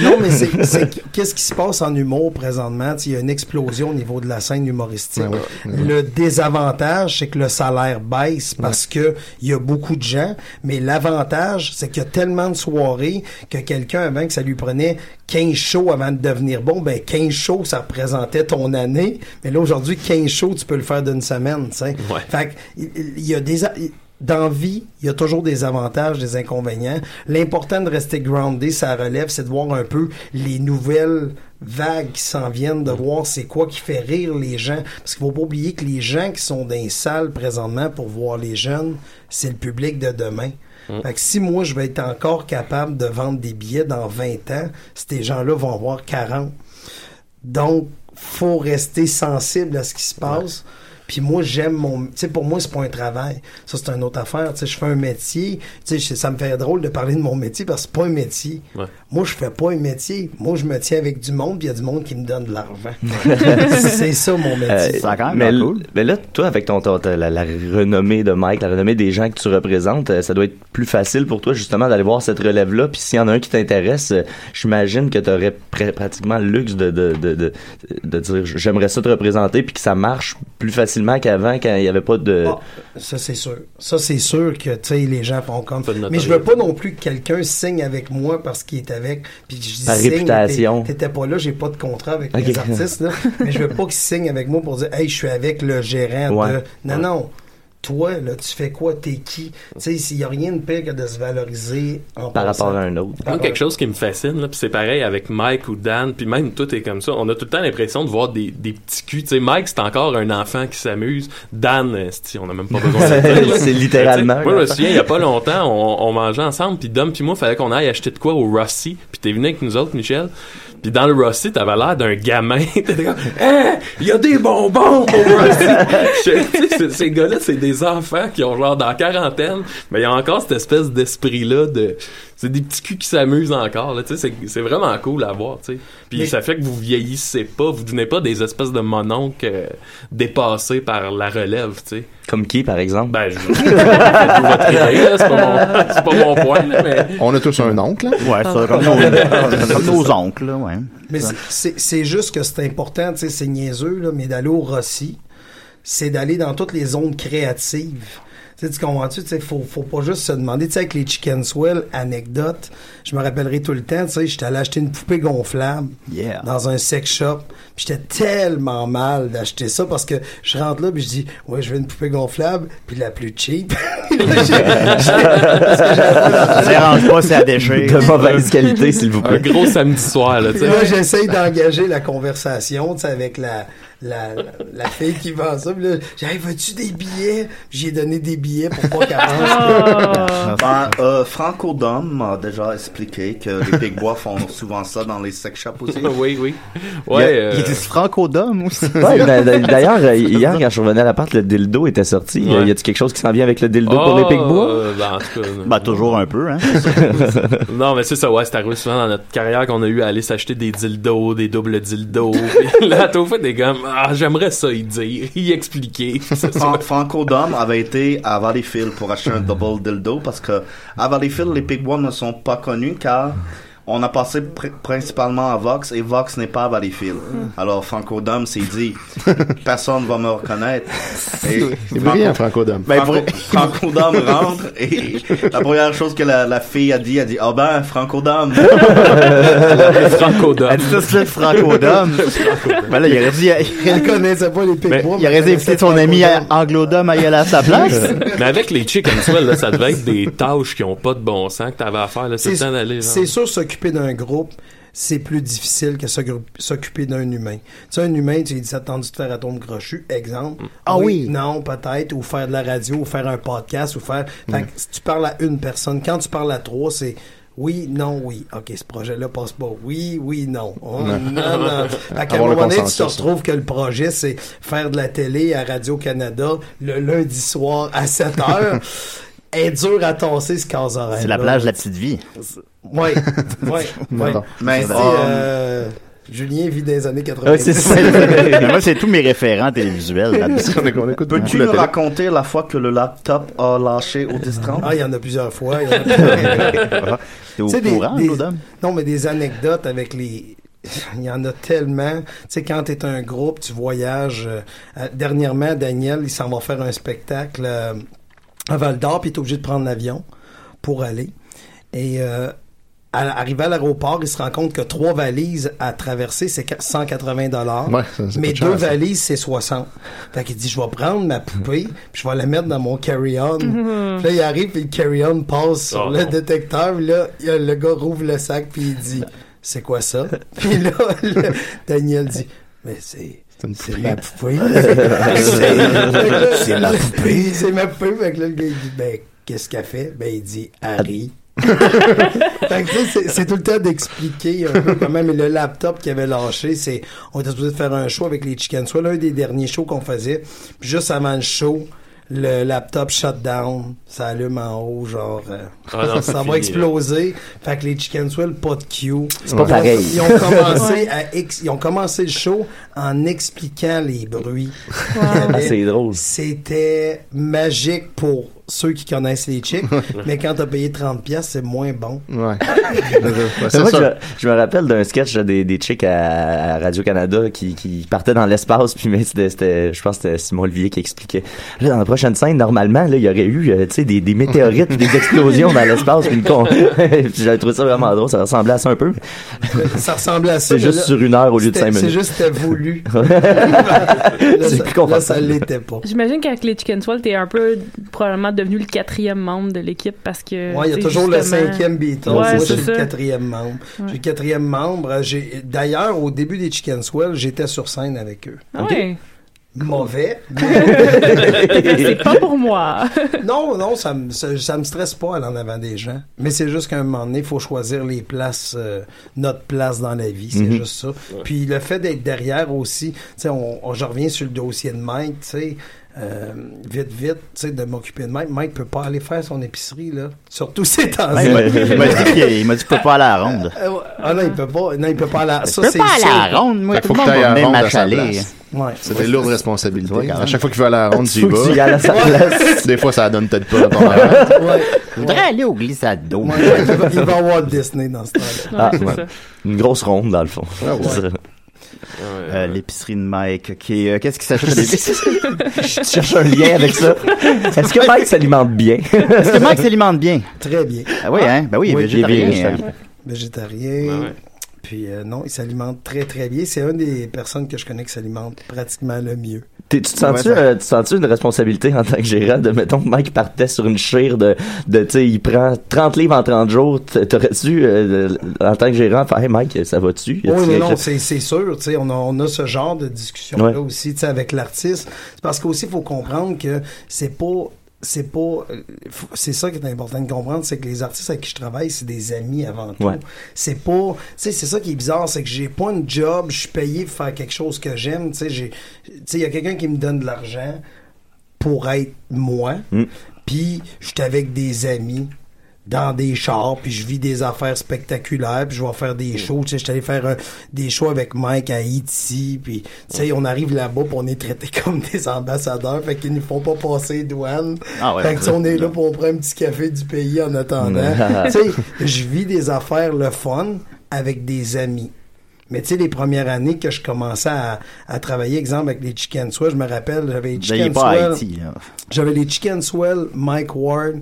Speaker 9: non, mais c'est c'est- qu'est-ce qui se passe en humour présentement? Tu sais, Il y a une explosion au niveau de la scène humoristique.
Speaker 7: Ouais, ouais, ouais.
Speaker 9: Le désavantage, c'est que le salaire baisse parce que il y a beaucoup de gens, mais l'avantage, c'est qu'il y a tellement de soirées que quelqu'un, avant que ça lui prenait 15 shows avant de devenir bon, ben 15 shows, ça représentait ton année, mais là, aujourd'hui, 15 shows, tu peux le faire d'une semaine, tu sais. Fait que, il- il y a des... a- Dans vie, il y a toujours des avantages, des inconvénients. L'important de rester groundé, ça relève, c'est de voir un peu les nouvelles vagues qui s'en viennent, de voir c'est quoi qui fait rire les gens. Parce qu'il faut pas oublier que les gens qui sont dans les salles présentement pour voir les jeunes, c'est le public de demain. Fait que si moi, je vais être encore capable de vendre des billets dans 20 ans, ces gens-là vont avoir 40. Donc, faut rester sensible à ce qui se passe. Puis moi, j'aime mon... Tu sais, pour moi, c'est pas un travail. Ça, c'est une autre affaire. Tu sais, je fais un métier. Tu sais, ça me fait drôle de parler de mon métier parce que c'est pas un métier.
Speaker 5: Ouais.
Speaker 9: Moi, je fais pas un métier. Moi, je me tiens avec du monde, puis il y a du monde qui me donne de l'argent. c'est ça, mon métier.
Speaker 10: Euh, mais, l- mais là, toi, avec ton, ton- ta- la, la renommée de Mike, la renommée des gens que tu représentes, euh, ça doit être plus facile pour toi, justement, d'aller voir cette relève-là. Puis s'il y en a un qui t'intéresse, euh, j'imagine que tu aurais pratiquement le luxe de, de, de, de, de dire j'aimerais ça te représenter, puis que ça marche plus facilement qu'avant, quand il n'y avait pas de.
Speaker 9: Ah, ça, c'est sûr. Ça, c'est sûr que, tu sais, les gens font comme.
Speaker 10: de
Speaker 9: Mais je
Speaker 10: notoriété.
Speaker 9: veux pas non plus que quelqu'un signe avec moi parce qu'il est avec. Puis je dis
Speaker 10: Ta
Speaker 9: signe,
Speaker 10: réputation.
Speaker 9: t'es- T'étais pas là, j'ai pas de contrat avec
Speaker 10: Ok.
Speaker 9: les artistes, là. Mais je veux pas qu'il signe avec moi pour dire, hey, je suis avec le gérant
Speaker 10: Ouais.
Speaker 9: de. Non, non. Toi, là, tu fais quoi? T'es qui? Tu sais, il n'y a rien de pire que de se valoriser en
Speaker 5: Par
Speaker 9: passant.
Speaker 5: rapport à
Speaker 10: un autre.
Speaker 9: Ah,
Speaker 5: Moi, quelque chose qui me fascine, là, puis c'est pareil avec Mike ou Dan, puis même tout est comme ça. On a tout le temps l'impression de voir des, des petits culs. Tu sais, Mike, c'est encore un enfant qui s'amuse. Dan, esti, on n'a même pas besoin de le dire, là.
Speaker 10: C'est littéralement
Speaker 5: Tu sais, Moi, je me
Speaker 10: un enfant.
Speaker 5: souviens, il y a pas longtemps, on, on mangeait ensemble, puis Dom puis moi, fallait qu'on aille acheter de quoi au Rossi, puis t'es venu avec nous autres, Michel. Puis dans le Rossi, t'avais l'air d'un gamin. T'étais comme, Hein, il y a des bonbons au Rossi. Je- tu sais, ces- ces gars-là, c'est des enfants qui ont genre dans la quarantaine, mais il y a encore cette espèce d'esprit-là de. C'est des petits culs qui s'amusent encore, là, tu sais, c'est- c'est vraiment cool à voir, tu sais. Puis
Speaker 9: Mais-
Speaker 5: ça fait que vous vieillissez pas, vous devenez pas des espèces de mononcles euh, dépassés par la relève, tu sais.
Speaker 10: Comme qui, par exemple?
Speaker 5: Ben, je... vous votre idée, là, c'est pas mon- c'est pas mon point, là, mais...
Speaker 7: On a tous un oncle. hein?
Speaker 4: Ouais, ça, comme nos, comme nos oncles, là, ouais.
Speaker 9: Mais c'est- c'est c'est juste que c'est important, tu sais, c'est niaiseux, là, mais d'aller au Rossi, c'est d'aller dans toutes les zones créatives. Tu sais, tu comprends-tu? Tu sais, faut, faut pas juste se demander, tu sais, avec les Chicken Swell, anecdote, je me rappellerai tout le temps, tu sais, j'étais allé acheter une poupée gonflable
Speaker 4: Yeah.
Speaker 9: dans un sex shop. Puis J'étais tellement mal d'acheter ça parce que je rentre là puis je dis ouais je veux une poupée gonflable puis la plus cheap.
Speaker 4: Ça dérange pas, c'est à déchirer.
Speaker 10: De mauvaise qualité, s'il vous
Speaker 5: Un
Speaker 10: plaît.
Speaker 5: gros samedi soir, là, tu sais.
Speaker 9: Là, j'essaye d'engager la conversation, tu sais, avec la, la, la, la fille qui vend ça. Puis là, j'ai dit, Hey, veux-tu des billets? J'ai donné des billets pour pas qu'elle
Speaker 6: Oh!
Speaker 9: pense.
Speaker 8: Ben, euh, Franco Dom m'a déjà expliqué que les Pigbois font souvent ça dans les sex shops aussi.
Speaker 5: Oui, oui.
Speaker 4: il, y a-
Speaker 5: Ouais,
Speaker 4: il
Speaker 5: euh,
Speaker 4: existe franco-dom aussi.
Speaker 10: Ouais, ben, d- d'ailleurs, euh, hier, quand je revenais à l'appart, le dildo était sorti.
Speaker 5: Ouais.
Speaker 10: Euh, Y a-tu quelque chose qui s'en vient avec le dildo pour les
Speaker 5: ah,
Speaker 10: Pigbois?
Speaker 5: euh, ben, en tout cas, non.
Speaker 4: Bah, toujours un peu, hein.
Speaker 5: Non, mais c'est ça, ouais, c'est arrivé souvent dans notre carrière qu'on a eu à aller s'acheter des dildos, des doubles dildos. Puis là, t'as au fait des gommes, ah, j'aimerais ça y dire, y expliquer. C'est ça.
Speaker 8: Fran- Franco Dom avait été à Valleyfield pour acheter un double dildo parce que à Valleyfield, les Pigbois ne sont pas connus car on a passé pr- principalement à Vox et Vox n'est pas à Valleyfield. Alors Franco Dom s'est dit personne va me reconnaître. Et
Speaker 7: C'est
Speaker 8: Franco-
Speaker 7: brillant, Franco Dom.
Speaker 10: Ben,
Speaker 8: Franco, Franco Dom rentre et la première chose que la, la fille a dit, a dit ah ben Franco Dom.
Speaker 5: franco
Speaker 4: Elle dit ça, c'est le franco-dom. ben là, il aurait dit,
Speaker 9: Elle connaissait pas les
Speaker 4: Ben,
Speaker 9: Pigbois.
Speaker 4: il aurait dû inviter son ami à- anglo-dom à y aller à sa place.
Speaker 5: Mais avec les chicken swell, là, ça devait être des tâches qui ont pas de bon sens que t'avais à faire, là, c'est
Speaker 9: C'est
Speaker 5: le temps d'aller, genre.
Speaker 9: c'est sûr, s'occuper d'un groupe, c'est plus difficile que s'occu- s'occuper d'un humain. Tu sais, un humain, tu lui dis, ça te tente de te faire un tombe crochu, exemple.
Speaker 4: Ah oui.
Speaker 9: Non, peut-être, ou faire de la radio, ou faire un podcast, ou faire... Fait
Speaker 4: Mm.
Speaker 9: que si tu parles à une personne, quand tu parles à trois, c'est... Oui, non, oui. OK, ce projet-là passe pas. Oui, oui, non. Oh, non, non. Fait qu'à un
Speaker 7: Avoir le
Speaker 9: moment donné, tu te
Speaker 7: consensus.
Speaker 9: retrouves que le projet, c'est faire de la télé à Radio-Canada le lundi soir à 7 heures. est dur à tasser ce casse-oreille.
Speaker 4: C'est la plage de la petite vie.
Speaker 9: Ouais, ouais, ouais.
Speaker 7: Pardon.
Speaker 8: Mais
Speaker 9: Tu sais,
Speaker 8: euh,
Speaker 9: euh, Julien vit des années
Speaker 10: Oh. Ouais,
Speaker 9: 90.
Speaker 10: c'est ça.
Speaker 4: Mais moi, c'est tous mes référents télévisuels. là-dessus.
Speaker 7: On écoute- on écoute beaucoup
Speaker 8: Peux-tu
Speaker 7: la
Speaker 8: nous
Speaker 7: télé.
Speaker 8: raconter la fois que le laptop a lâché au 10-30?
Speaker 9: ah, il y en a plusieurs fois. il y en a plusieurs.
Speaker 4: T'es au
Speaker 9: Tu sais, des-
Speaker 4: courant,
Speaker 9: des-
Speaker 4: anglo-dom?
Speaker 9: non, mais des anecdotes avec les. Il y en a tellement. Tu sais, quand t'es un groupe, tu voyages. euh, à- Dernièrement, Daniel, il s'en va faire un spectacle euh, à Val d'Or, puis il est obligé de prendre l'avion pour aller. Et euh, à- arrivé à l'aéroport, il se rend compte que trois valises à traverser, c'est 180 dollars.
Speaker 7: Ouais, ça- ça
Speaker 9: mais
Speaker 7: coûte cher,
Speaker 9: deux
Speaker 7: ça.
Speaker 9: valises, c'est 60. Fait qu'il dit, je vais prendre ma poupée, puis je vais la mettre dans mon carry-on. Puis là, il arrive, puis le carry-on passe sur
Speaker 5: Oh
Speaker 9: le
Speaker 5: non.
Speaker 9: détecteur. puis là, il y a- le gars rouvre le sac, puis il dit, c'est quoi ça? Puis là, le- Daniel dit, mais c'est...
Speaker 7: C'est une
Speaker 9: C'est
Speaker 7: poupée.
Speaker 9: ma poupée. C'est ma poupée. C'est ma poupée. Fait que là, le gars, il dit, ben, qu'est-ce qu'elle fait? Ben, il dit Harry. Fait que, tu sais, c'est- c'est tout le temps d'expliquer un peu quand même. Mais le laptop qu'il avait lâché, c'est on était supposé faire un show avec les Chicken Soit l'un des derniers shows qu'on faisait. Puis juste avant le show, le laptop shut down, ça allume en haut, genre euh,
Speaker 5: Ah non, c'est
Speaker 9: ça va
Speaker 5: fini,
Speaker 9: exploser. Fait que les Chicken Swell, pas de Q.
Speaker 10: C'est pas pareil.
Speaker 9: Ils ont commencé à ex- ils ont commencé le show en expliquant les bruits. qu'il y
Speaker 10: Ah,
Speaker 9: avait.
Speaker 10: c'est drôle.
Speaker 9: C'était magique pour ceux qui connaissent les chicks, mais quand t'as payé 30 pièces, c'est moins bon.
Speaker 7: Ouais.
Speaker 10: Mais moi, je, je me rappelle d'un sketch là, des, des chicks à, à Radio-Canada qui, qui partaient dans l'espace, puis mais c'était, c'était- je pense que c'était Simon Olivier qui expliquait. Là, dans la prochaine scène, normalement, là, il y aurait eu euh, tu sais, des, des météorites, puis des explosions dans l'espace, puis une con. Puis j'avais trouvé ça vraiment drôle, ça ressemblait à ça un peu.
Speaker 9: Ça ressemblait à ça.
Speaker 10: C'est
Speaker 9: mais
Speaker 10: juste
Speaker 9: là,
Speaker 10: sur une heure au lieu de
Speaker 9: c'était-
Speaker 10: cinq minutes.
Speaker 9: C'est juste c'était voulu. Là,
Speaker 10: C'est
Speaker 9: ça-
Speaker 10: plus
Speaker 9: là, ça
Speaker 10: confortable.
Speaker 9: l'était pas.
Speaker 6: J'imagine qu'avec les Chicken Swell, t'es un peu probablement devenu le quatrième membre de l'équipe parce que.
Speaker 9: Ouais, il y a
Speaker 6: tu sais,
Speaker 9: toujours le
Speaker 6: Euh, justement-
Speaker 9: cinquième Beatles.
Speaker 6: Ouais,
Speaker 9: Moi,
Speaker 6: c'est
Speaker 9: je suis
Speaker 6: ça.
Speaker 9: le quatrième membre. Je suis le quatrième membre. J'ai- D'ailleurs, au début des Chicken Swell, j'étais sur scène avec eux.
Speaker 6: Ah ouais.
Speaker 9: Mauvais.
Speaker 6: c'est pas pour moi.
Speaker 9: non, non, ça me, ça, ça me stresse pas aller en avant des gens. Mais c'est juste qu'à un moment donné, il faut choisir les places, euh, notre place dans la vie. C'est
Speaker 10: Mhm.
Speaker 9: juste ça. Puis le fait d'être derrière aussi, tu sais, on, on- je reviens sur le dossier de Mike, tu sais. euh, vite, vite, tu sais, de m'occuper de Mike. Mike peut pas aller faire son épicerie, là. Surtout ces temps-ci.
Speaker 4: Il m'a- il m'a dit qu'il- il m'a dit, je peux pas aller à la ronde.
Speaker 9: Euh, ouais. Ah non, il peut pas. Non, il peut pas aller à...
Speaker 4: Je peux pas aller à la ronde, moi,
Speaker 7: Fait que
Speaker 4: tout
Speaker 7: faut
Speaker 4: le
Speaker 7: que
Speaker 4: monde
Speaker 7: t'ailles
Speaker 4: va
Speaker 7: à la
Speaker 4: venir
Speaker 7: ronde à sa
Speaker 4: m'achaler.
Speaker 7: place.
Speaker 9: Ouais.
Speaker 7: C'est des lourdes responsabilités.
Speaker 4: quand même.
Speaker 7: À chaque fois qu'il veut aller à la ronde, tu y
Speaker 10: Faut que tu y
Speaker 7: vas.
Speaker 10: ailles à sa place.
Speaker 7: Des fois, ça donne peut-être pas dans ton horaire.
Speaker 9: Ouais.
Speaker 4: Je voudrais aller au glissade d'eau.
Speaker 9: Ouais, il, va, il va à Walt Disney dans ce temps-là.
Speaker 6: Ouais,
Speaker 10: Ah,
Speaker 6: c'est
Speaker 10: ouais.
Speaker 6: ça.
Speaker 10: Une grosse ronde, dans le fond. C'est ça.
Speaker 4: Euh, L'épicerie de Mike, ok. euh, Qu'est-ce qui s'achète à l'épicerie?
Speaker 10: Je cherche un lien avec ça. Est-ce que Mike s'alimente bien?
Speaker 4: Est-ce que Mike s'alimente bien?
Speaker 9: Très bien.
Speaker 4: Ah oui, hein? Ben oui, il est
Speaker 10: Oui, il est
Speaker 4: végétarien.
Speaker 10: végétarien.
Speaker 9: Végétarien.
Speaker 5: Ouais, ouais.
Speaker 9: Puis euh, non, il s'alimente très très bien. C'est une des personnes que je connais qui s'alimente pratiquement le mieux.
Speaker 10: T'es- tu te sens-tu
Speaker 9: Ouais, ça-
Speaker 10: euh, tu sens-tu une responsabilité en tant que gérant de, mettons, que Mike partait sur une chire de, de tu sais, il prend 30 livres en 30 jours. t- T'aurais-tu, euh, en tant que gérant, fait, hey Mike, ça va-tu? Y a-t-il
Speaker 9: Oui, non,
Speaker 10: quelque-
Speaker 9: non, c'est c'est sûr. tu sais, On a, on a ce genre de discussion-là
Speaker 10: Ouais.
Speaker 9: aussi tu sais, avec l'artiste. C'est parce qu'aussi, il faut comprendre que c'est pas. C'est pas. euh, faut- C'est ça qui est important de comprendre, c'est que les artistes avec qui je travaille, c'est des amis avant tout.
Speaker 10: Ouais.
Speaker 9: C'est pas. Tu sais, c'est ça qui est bizarre, c'est que j'ai pas un job, je suis payé pour faire quelque chose que j'aime. Tu sais, j'ai- tu sais, il y a quelqu'un qui me donne de l'argent pour être moi,
Speaker 4: Mm.
Speaker 9: puis je suis avec des amis dans des chars, puis je vis des affaires spectaculaires, puis je vais faire des shows. Tu sais, je suis allé faire euh, des shows avec Mike à Haïti, puis tu sais, on arrive là-bas, puis on est traité comme des ambassadeurs, fait qu'ils nous font pas passer douane.
Speaker 4: Ah ouais. Ah.
Speaker 9: fait que tu sais, on est là pour prendre un petit café du pays en attendant. tu sais, je vis des affaires le fun avec des amis. Mais tu sais, les premières années que je commençais à, à travailler, exemple, avec les Chicken Swell, je me rappelle, j'avais les
Speaker 4: Vous n'ayez Ben,
Speaker 9: Chicken
Speaker 4: pas à
Speaker 9: Swell.
Speaker 4: Haïti, là.
Speaker 10: Euh,
Speaker 9: J'avais les Chicken Swell, Mike Ward,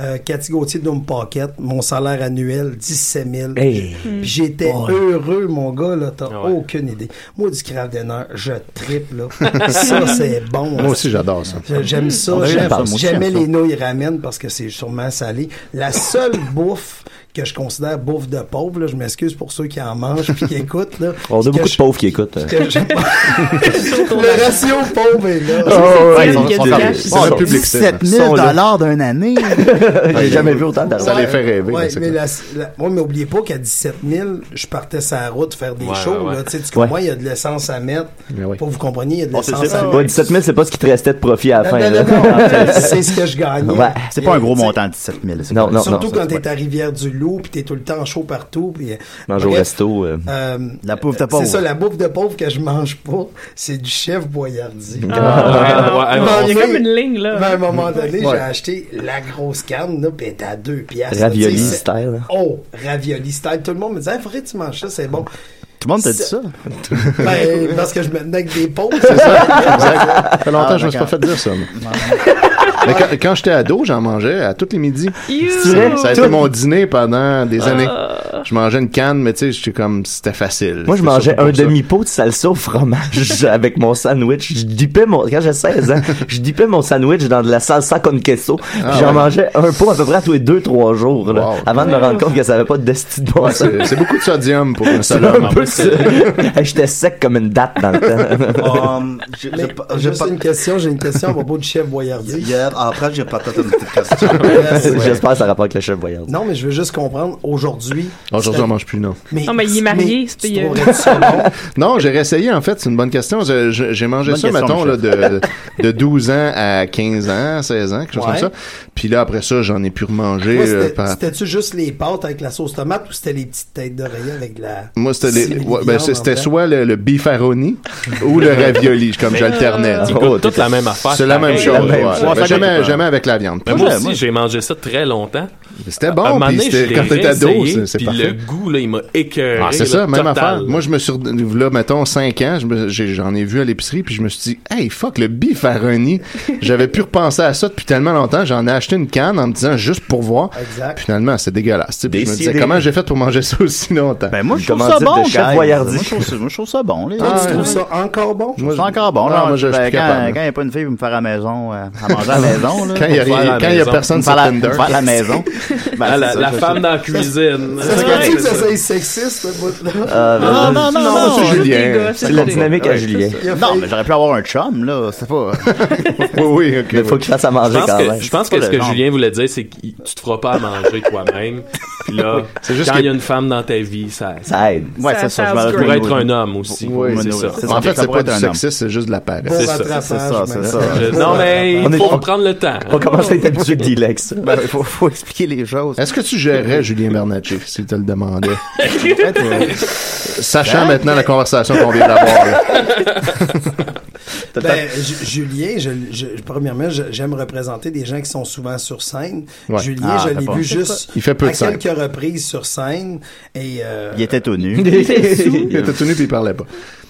Speaker 9: euh, Cathy Gauthier, Doom Pocket, mon salaire annuel, 17 000.
Speaker 10: Hey.
Speaker 9: Puis J'étais heureux, mon gars, là, t'as
Speaker 5: Ah ouais.
Speaker 9: aucune idée. Moi, du crabe d'honneur, je tripe, là. ça, c'est bon. hein.
Speaker 7: Moi aussi, j'adore ça.
Speaker 9: Je- J'aime ça.
Speaker 4: On a eu la
Speaker 9: J'aime-
Speaker 4: parle, moi aussi,
Speaker 9: J'aimais
Speaker 4: j'aime ça.
Speaker 9: les nouilles ramen parce que c'est sûrement salé. La seule bouffe que je considère bouffe de pauvre, là, je m'excuse pour ceux qui en mangent puis qui écoutent. Là,
Speaker 10: On a
Speaker 9: que
Speaker 10: beaucoup
Speaker 9: je-
Speaker 10: de pauvres qui écoutent. euh.
Speaker 9: que je- Le ratio pauvre est là.
Speaker 10: Oh, ouais,
Speaker 4: Ils
Speaker 10: ils
Speaker 4: sont-
Speaker 10: sont-
Speaker 4: sont
Speaker 10: sont-
Speaker 4: fermés.
Speaker 10: ils
Speaker 7: C'est
Speaker 10: sont-
Speaker 7: le public, ça.
Speaker 4: 17 000 dollars d'un année.
Speaker 10: J'ai jamais vu autant
Speaker 7: Ça
Speaker 10: d'argent.
Speaker 7: les fait rêver.
Speaker 9: Ouais,
Speaker 7: là, c'est
Speaker 9: mais,
Speaker 7: clair.
Speaker 9: la, la- ouais, mais oubliez pas qu'à 17 000, je partais sur la route faire des
Speaker 5: Ouais,
Speaker 9: shows.
Speaker 5: ouais,
Speaker 9: là.
Speaker 5: ouais.
Speaker 9: Tu sais, tu
Speaker 10: Ouais.
Speaker 9: comprends, il y a de l'essence à mettre.
Speaker 7: Mais oui.
Speaker 9: Pour vous compreniez, il y a de l'essence
Speaker 4: Oh, c'est ça.
Speaker 9: à mettre.
Speaker 10: Ouais, 17 000, c'est pas ce qui te restait de profit à la fin.
Speaker 9: Non, non,
Speaker 10: là. Ah,
Speaker 9: non, non, c'est ce que je gagnais.
Speaker 10: Ouais.
Speaker 4: C'est pas un gros
Speaker 9: Tu sais,
Speaker 4: montant, 17 000. c'est
Speaker 10: Non,
Speaker 4: pas-
Speaker 10: non,
Speaker 9: Surtout
Speaker 10: ça,
Speaker 9: quand
Speaker 10: c'est
Speaker 9: t'es à Rivière-du-Loup, puis t'es tout le temps chaud partout. Puis, euh,
Speaker 10: Manger au
Speaker 9: bref,
Speaker 10: resto. euh.
Speaker 9: euh,
Speaker 4: La pauvre de
Speaker 9: c'est
Speaker 4: pauvre.
Speaker 9: ça, la bouffe de pauvre que je mange pas, c'est du chef boyardi.
Speaker 5: Ah, ouais, ouais,
Speaker 9: Non,
Speaker 5: ouais,
Speaker 6: Il y
Speaker 9: Manger-
Speaker 6: a comme une ligne,
Speaker 9: Ben, à un
Speaker 6: là.
Speaker 9: moment donné, j'ai
Speaker 7: Ouais.
Speaker 9: acheté la grosse canne, là, pis elle était à deux piastres.
Speaker 10: Ravioli
Speaker 9: Tu sais, c'est-
Speaker 10: style.
Speaker 9: Oh, ravioli style. Tout le monde me disait, hey, faudrait que tu manges ça, c'est bon.
Speaker 4: Tout le monde t'a dit ça.
Speaker 9: Ben, parce que je me tenais avec des pauvres.
Speaker 7: Ça fait longtemps que je me suis pas
Speaker 4: d'accord.
Speaker 7: fait dire ça. moi. Mais quand, quand j'étais ado, j'en mangeais à tous les midis.
Speaker 6: You!
Speaker 10: Ah.
Speaker 6: Ah.
Speaker 7: Ça a été mon dîner pendant des années. Je mangeais une canne, mais tu sais, j'étais comme, c'était facile.
Speaker 10: Moi, je
Speaker 7: C'était
Speaker 10: mangeais
Speaker 7: surtout
Speaker 10: un
Speaker 7: pour ça.
Speaker 10: demi-pot de salsa au fromage avec mon sandwich. Je dipais mon, quand j'ai 16 ans, je dipais mon sandwich dans de la salsa con queso. puis
Speaker 7: Ah
Speaker 10: J'en
Speaker 7: ouais.
Speaker 10: mangeais un pot à peu près à tous les deux, trois jours, là, avant de me rendre compte que ça avait pas de destin de bon
Speaker 7: Ouais,
Speaker 10: sens.
Speaker 7: c'est c'est beaucoup de sodium pour un
Speaker 10: C'est
Speaker 7: salade.
Speaker 10: un peu ça. Hey, J'étais sec comme une date dans le temps.
Speaker 8: Um, j'ai- j'ai pas- j'ai
Speaker 9: Juste
Speaker 8: pas-
Speaker 9: une question, j'ai une question à propos du chef Boyardi.
Speaker 8: Hier, après, j'ai pas peut-être une petite question.
Speaker 10: J'espère que ça rapporte avec le chef voyage.
Speaker 9: Non, mais je veux juste comprendre, aujourd'hui...
Speaker 7: Aujourd'hui, on mange plus, non.
Speaker 9: Mais,
Speaker 6: Non, mais il est marié, c'est
Speaker 9: tu
Speaker 6: payé.
Speaker 9: trouverais ça bon?
Speaker 7: Non, j'ai réessayé, en fait. C'est une bonne question. Je- je- J'ai mangé
Speaker 4: Bonne
Speaker 7: ça,
Speaker 4: question,
Speaker 7: mettons, là,
Speaker 4: Michel.
Speaker 7: de, de 12 ans à 15 ans, 16 ans, quelque chose
Speaker 9: Ouais.
Speaker 7: comme ça. Puis là, après ça, j'en ai pu remanger.
Speaker 9: Moi,
Speaker 7: euh,
Speaker 9: c'était-
Speaker 7: par-
Speaker 9: C'était-tu juste les pâtes avec la sauce tomate ou c'était les petites têtes d'oreiller avec de la...
Speaker 7: Moi, c'était les-
Speaker 9: simili
Speaker 7: ouais, ben,
Speaker 9: viande en
Speaker 7: c'était
Speaker 9: dedans?
Speaker 7: soit le, le beefaroni ou le ravioli, je- comme j'alternais. Oh,
Speaker 5: Ils goûtent euh, toute la même affaire.
Speaker 7: C'est la même
Speaker 5: pareil.
Speaker 7: chose,
Speaker 10: la même
Speaker 7: ouais.
Speaker 10: chose.
Speaker 7: Mais
Speaker 10: Ouais, ça
Speaker 7: jamais,
Speaker 10: goûte.
Speaker 7: jamais avec la viande.
Speaker 5: Mais
Speaker 7: Puis
Speaker 5: Ben, moi
Speaker 10: Ouais,
Speaker 5: aussi,
Speaker 10: moi-
Speaker 5: j'ai mangé ça très longtemps.
Speaker 7: C'était
Speaker 5: à un
Speaker 7: bon,
Speaker 5: moment
Speaker 7: puis
Speaker 5: donné, je
Speaker 7: c'était-
Speaker 5: l'ai
Speaker 7: quand t'étais ado,
Speaker 5: réessayé,
Speaker 7: c'est- c'est
Speaker 5: puis
Speaker 7: parfait.
Speaker 5: le goût, là, il m'a écœuré.
Speaker 7: Ah, c'est ça,
Speaker 5: là,
Speaker 7: même
Speaker 5: Euh, total.
Speaker 7: affaire. Moi, je me suis, re- là, mettons, 5 ans, je me- j'ai- j'en ai, vu à l'épicerie, puis je me suis dit, hey, fuck, le bifaroni. J'avais pu repenser à ça depuis tellement longtemps, j'en ai acheté une canne en me disant juste pour voir.
Speaker 9: Exact.
Speaker 7: Finalement, c'est dégueulasse. tu sais. Puis je me disais,
Speaker 4: Décidé.
Speaker 7: comment j'ai fait pour manger ça aussi longtemps?
Speaker 4: Ben, moi, je
Speaker 10: Une
Speaker 4: trouve ça
Speaker 10: commandite
Speaker 4: bon,
Speaker 10: de
Speaker 4: chef
Speaker 10: chaise.
Speaker 4: Boyardi.
Speaker 10: Moi,
Speaker 4: Moi,
Speaker 10: je
Speaker 4: je trouve ça, bon, les
Speaker 9: Toi,
Speaker 7: Ah,
Speaker 9: tu trouves ça encore bon?
Speaker 4: Je trouve ça encore bon.
Speaker 7: Ah,
Speaker 4: Genre,
Speaker 7: moi, je- je suis
Speaker 4: ben,
Speaker 7: plus
Speaker 4: quand
Speaker 7: capable.
Speaker 4: quand il n'y a pas une fille pour me faire à la maison, euh, à manger à la maison, là.
Speaker 7: Quand il y a,
Speaker 5: Faut faire à la
Speaker 7: quand il y a
Speaker 5: maison.
Speaker 7: personne
Speaker 4: Faire
Speaker 7: sur
Speaker 4: la,
Speaker 7: Tinder.
Speaker 4: faire la maison. Ben,
Speaker 5: Ah,
Speaker 4: c'est
Speaker 5: la,
Speaker 4: ça,
Speaker 5: la
Speaker 4: je-
Speaker 5: femme
Speaker 4: je-
Speaker 5: dans la cuisine.
Speaker 9: C'est
Speaker 5: Ouais,
Speaker 9: correct que
Speaker 5: c'est
Speaker 9: ça
Speaker 5: ça.
Speaker 9: soit sexiste, ce bout-là.
Speaker 10: Ah, ben,
Speaker 4: Non, non, non, non.
Speaker 7: c'est
Speaker 6: c'est
Speaker 7: Julien.
Speaker 6: des gars,
Speaker 10: C'est
Speaker 6: c'est
Speaker 10: la
Speaker 6: des-
Speaker 10: dynamique à Julien.
Speaker 9: Il a
Speaker 4: Non,
Speaker 9: failli-
Speaker 4: mais j'aurais pu avoir un chum, là. C'est pas.
Speaker 7: Oui, oui, ok.
Speaker 10: Mais faut que je fasse à
Speaker 5: Je
Speaker 10: manger
Speaker 5: pense
Speaker 10: quand
Speaker 5: que,
Speaker 10: même.
Speaker 5: je pense
Speaker 4: C'est
Speaker 5: que
Speaker 4: pas
Speaker 5: ce
Speaker 4: le
Speaker 5: que
Speaker 4: genre.
Speaker 5: Julien voulait dire, c'est que tu te feras pas à manger toi-même. Puis là,
Speaker 7: C'est juste
Speaker 5: quand
Speaker 7: que-
Speaker 5: il y a une femme dans ta vie, ça, ça
Speaker 10: Ça aide.
Speaker 4: Ouais,
Speaker 6: Ça-
Speaker 4: c'est ça.
Speaker 6: ça
Speaker 4: je m'aurais-
Speaker 5: pourrait être un
Speaker 4: Ouais,
Speaker 5: homme aussi.
Speaker 7: Oui,
Speaker 5: c'est
Speaker 4: ouais,
Speaker 5: ça.
Speaker 4: c'est
Speaker 7: En fait,
Speaker 4: ça
Speaker 7: c'est
Speaker 4: pourrait
Speaker 7: pas
Speaker 4: être
Speaker 7: du
Speaker 4: un homme.
Speaker 7: sexisme, c'est juste de la
Speaker 9: Bon
Speaker 7: paresse.
Speaker 5: c'est ça,
Speaker 9: rattrapage,
Speaker 4: c'est ça, c'est
Speaker 9: Maxime.
Speaker 4: ça.
Speaker 5: Je- Non, mais
Speaker 10: On est-
Speaker 5: il faut
Speaker 10: on-
Speaker 5: prendre le temps.
Speaker 10: On commence à être habitué de dealer avec ça.
Speaker 4: Ben, faut, faut expliquer les choses.
Speaker 7: Est-ce que tu gérerais Julien Bernatchez, si tu le demandais?
Speaker 4: fait, euh,
Speaker 7: Sachant maintenant la conversation qu'on vient d'avoir. là.
Speaker 9: Ben, Ju- Julien, je, je- premièrement, je- j'aime représenter des gens qui sont souvent sur scène.
Speaker 7: Ouais.
Speaker 9: Julien,
Speaker 4: Ah,
Speaker 9: je
Speaker 4: t'as
Speaker 9: l'ai
Speaker 4: pas.
Speaker 9: vu juste
Speaker 7: Il fait peu
Speaker 9: à
Speaker 7: de scène.
Speaker 9: quelques reprises sur scène. Et, euh,
Speaker 4: il était tout nu.
Speaker 7: Il était tenu puis il parlait pas.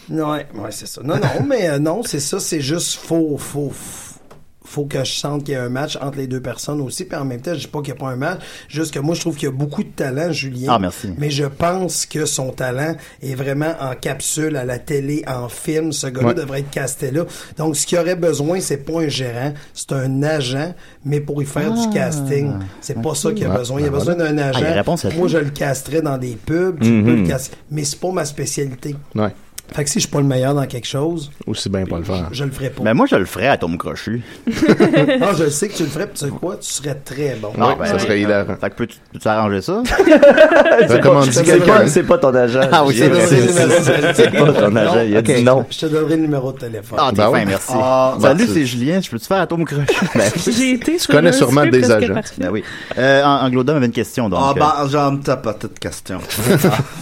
Speaker 9: non, ouais, ouais, c'est ça. Non, non, mais euh, non, c'est ça. C'est juste faux, faux, faux. Faut que je sente qu'il y a un match entre les deux personnes aussi. Puis en même temps, je dis pas qu'il n'y a pas un match. Juste que moi, je trouve qu'il y a beaucoup de talent, Julien.
Speaker 4: Ah, merci.
Speaker 9: Mais je pense que son talent est vraiment en capsule à la télé, en film. Ce gars-là
Speaker 7: Ouais.
Speaker 9: devrait être casté là. Donc, ce qu'il aurait besoin, c'est pas un gérant, c'est un agent, mais pour y faire du casting. C'est pas ça qu'il a
Speaker 7: Ah,
Speaker 9: besoin. Il
Speaker 7: ben
Speaker 9: a besoin d'un
Speaker 4: Ah, il y a
Speaker 9: agent.
Speaker 4: réponse à Mm-hmm.
Speaker 9: Moi,
Speaker 4: tout.
Speaker 9: je le casterais dans des pubs, tu peux le casser. Mais c'est pas ma spécialité.
Speaker 7: Ouais.
Speaker 9: Fait que si je suis pas le meilleur dans quelque chose,
Speaker 7: Aussi bien pas le faire.
Speaker 9: je le ferai pas.
Speaker 4: Ben, moi, je le ferais à Tom Crochu.
Speaker 9: Ah, je sais que tu le ferais, pis tu sais quoi, tu serais très bon.
Speaker 7: Ouais,
Speaker 4: Ah, ben,
Speaker 7: ça serait hilarant.
Speaker 4: Fait que peux-tu peux-tu arranger ça?
Speaker 7: Ben, Comme on dit
Speaker 10: C'est
Speaker 7: quelqu'un.
Speaker 10: pas, c'est pas ton agent.
Speaker 4: Ah oui, c'est vrai,
Speaker 10: C'est-
Speaker 4: c'est-
Speaker 10: c'est- C'est pas ton agent. Il a
Speaker 4: ok.
Speaker 10: dit non. ben,
Speaker 9: Je te donnerai le numéro de téléphone.
Speaker 4: Ah, t'es
Speaker 7: Ben
Speaker 4: fin,
Speaker 7: oui.
Speaker 4: merci.
Speaker 8: Ah,
Speaker 4: Salut,
Speaker 7: bah,
Speaker 4: c'est Julien. Je peux-tu faire à Tom Crochu? Ben,
Speaker 6: J'ai été sur
Speaker 7: connais
Speaker 6: un
Speaker 7: sûrement
Speaker 6: souper
Speaker 7: des
Speaker 6: presque
Speaker 7: agents.
Speaker 6: parfait.
Speaker 4: ben oui. Euh, An- Anglodome avait une question, donc.
Speaker 8: Ah,
Speaker 4: euh,
Speaker 8: ben, j'ai une petite question.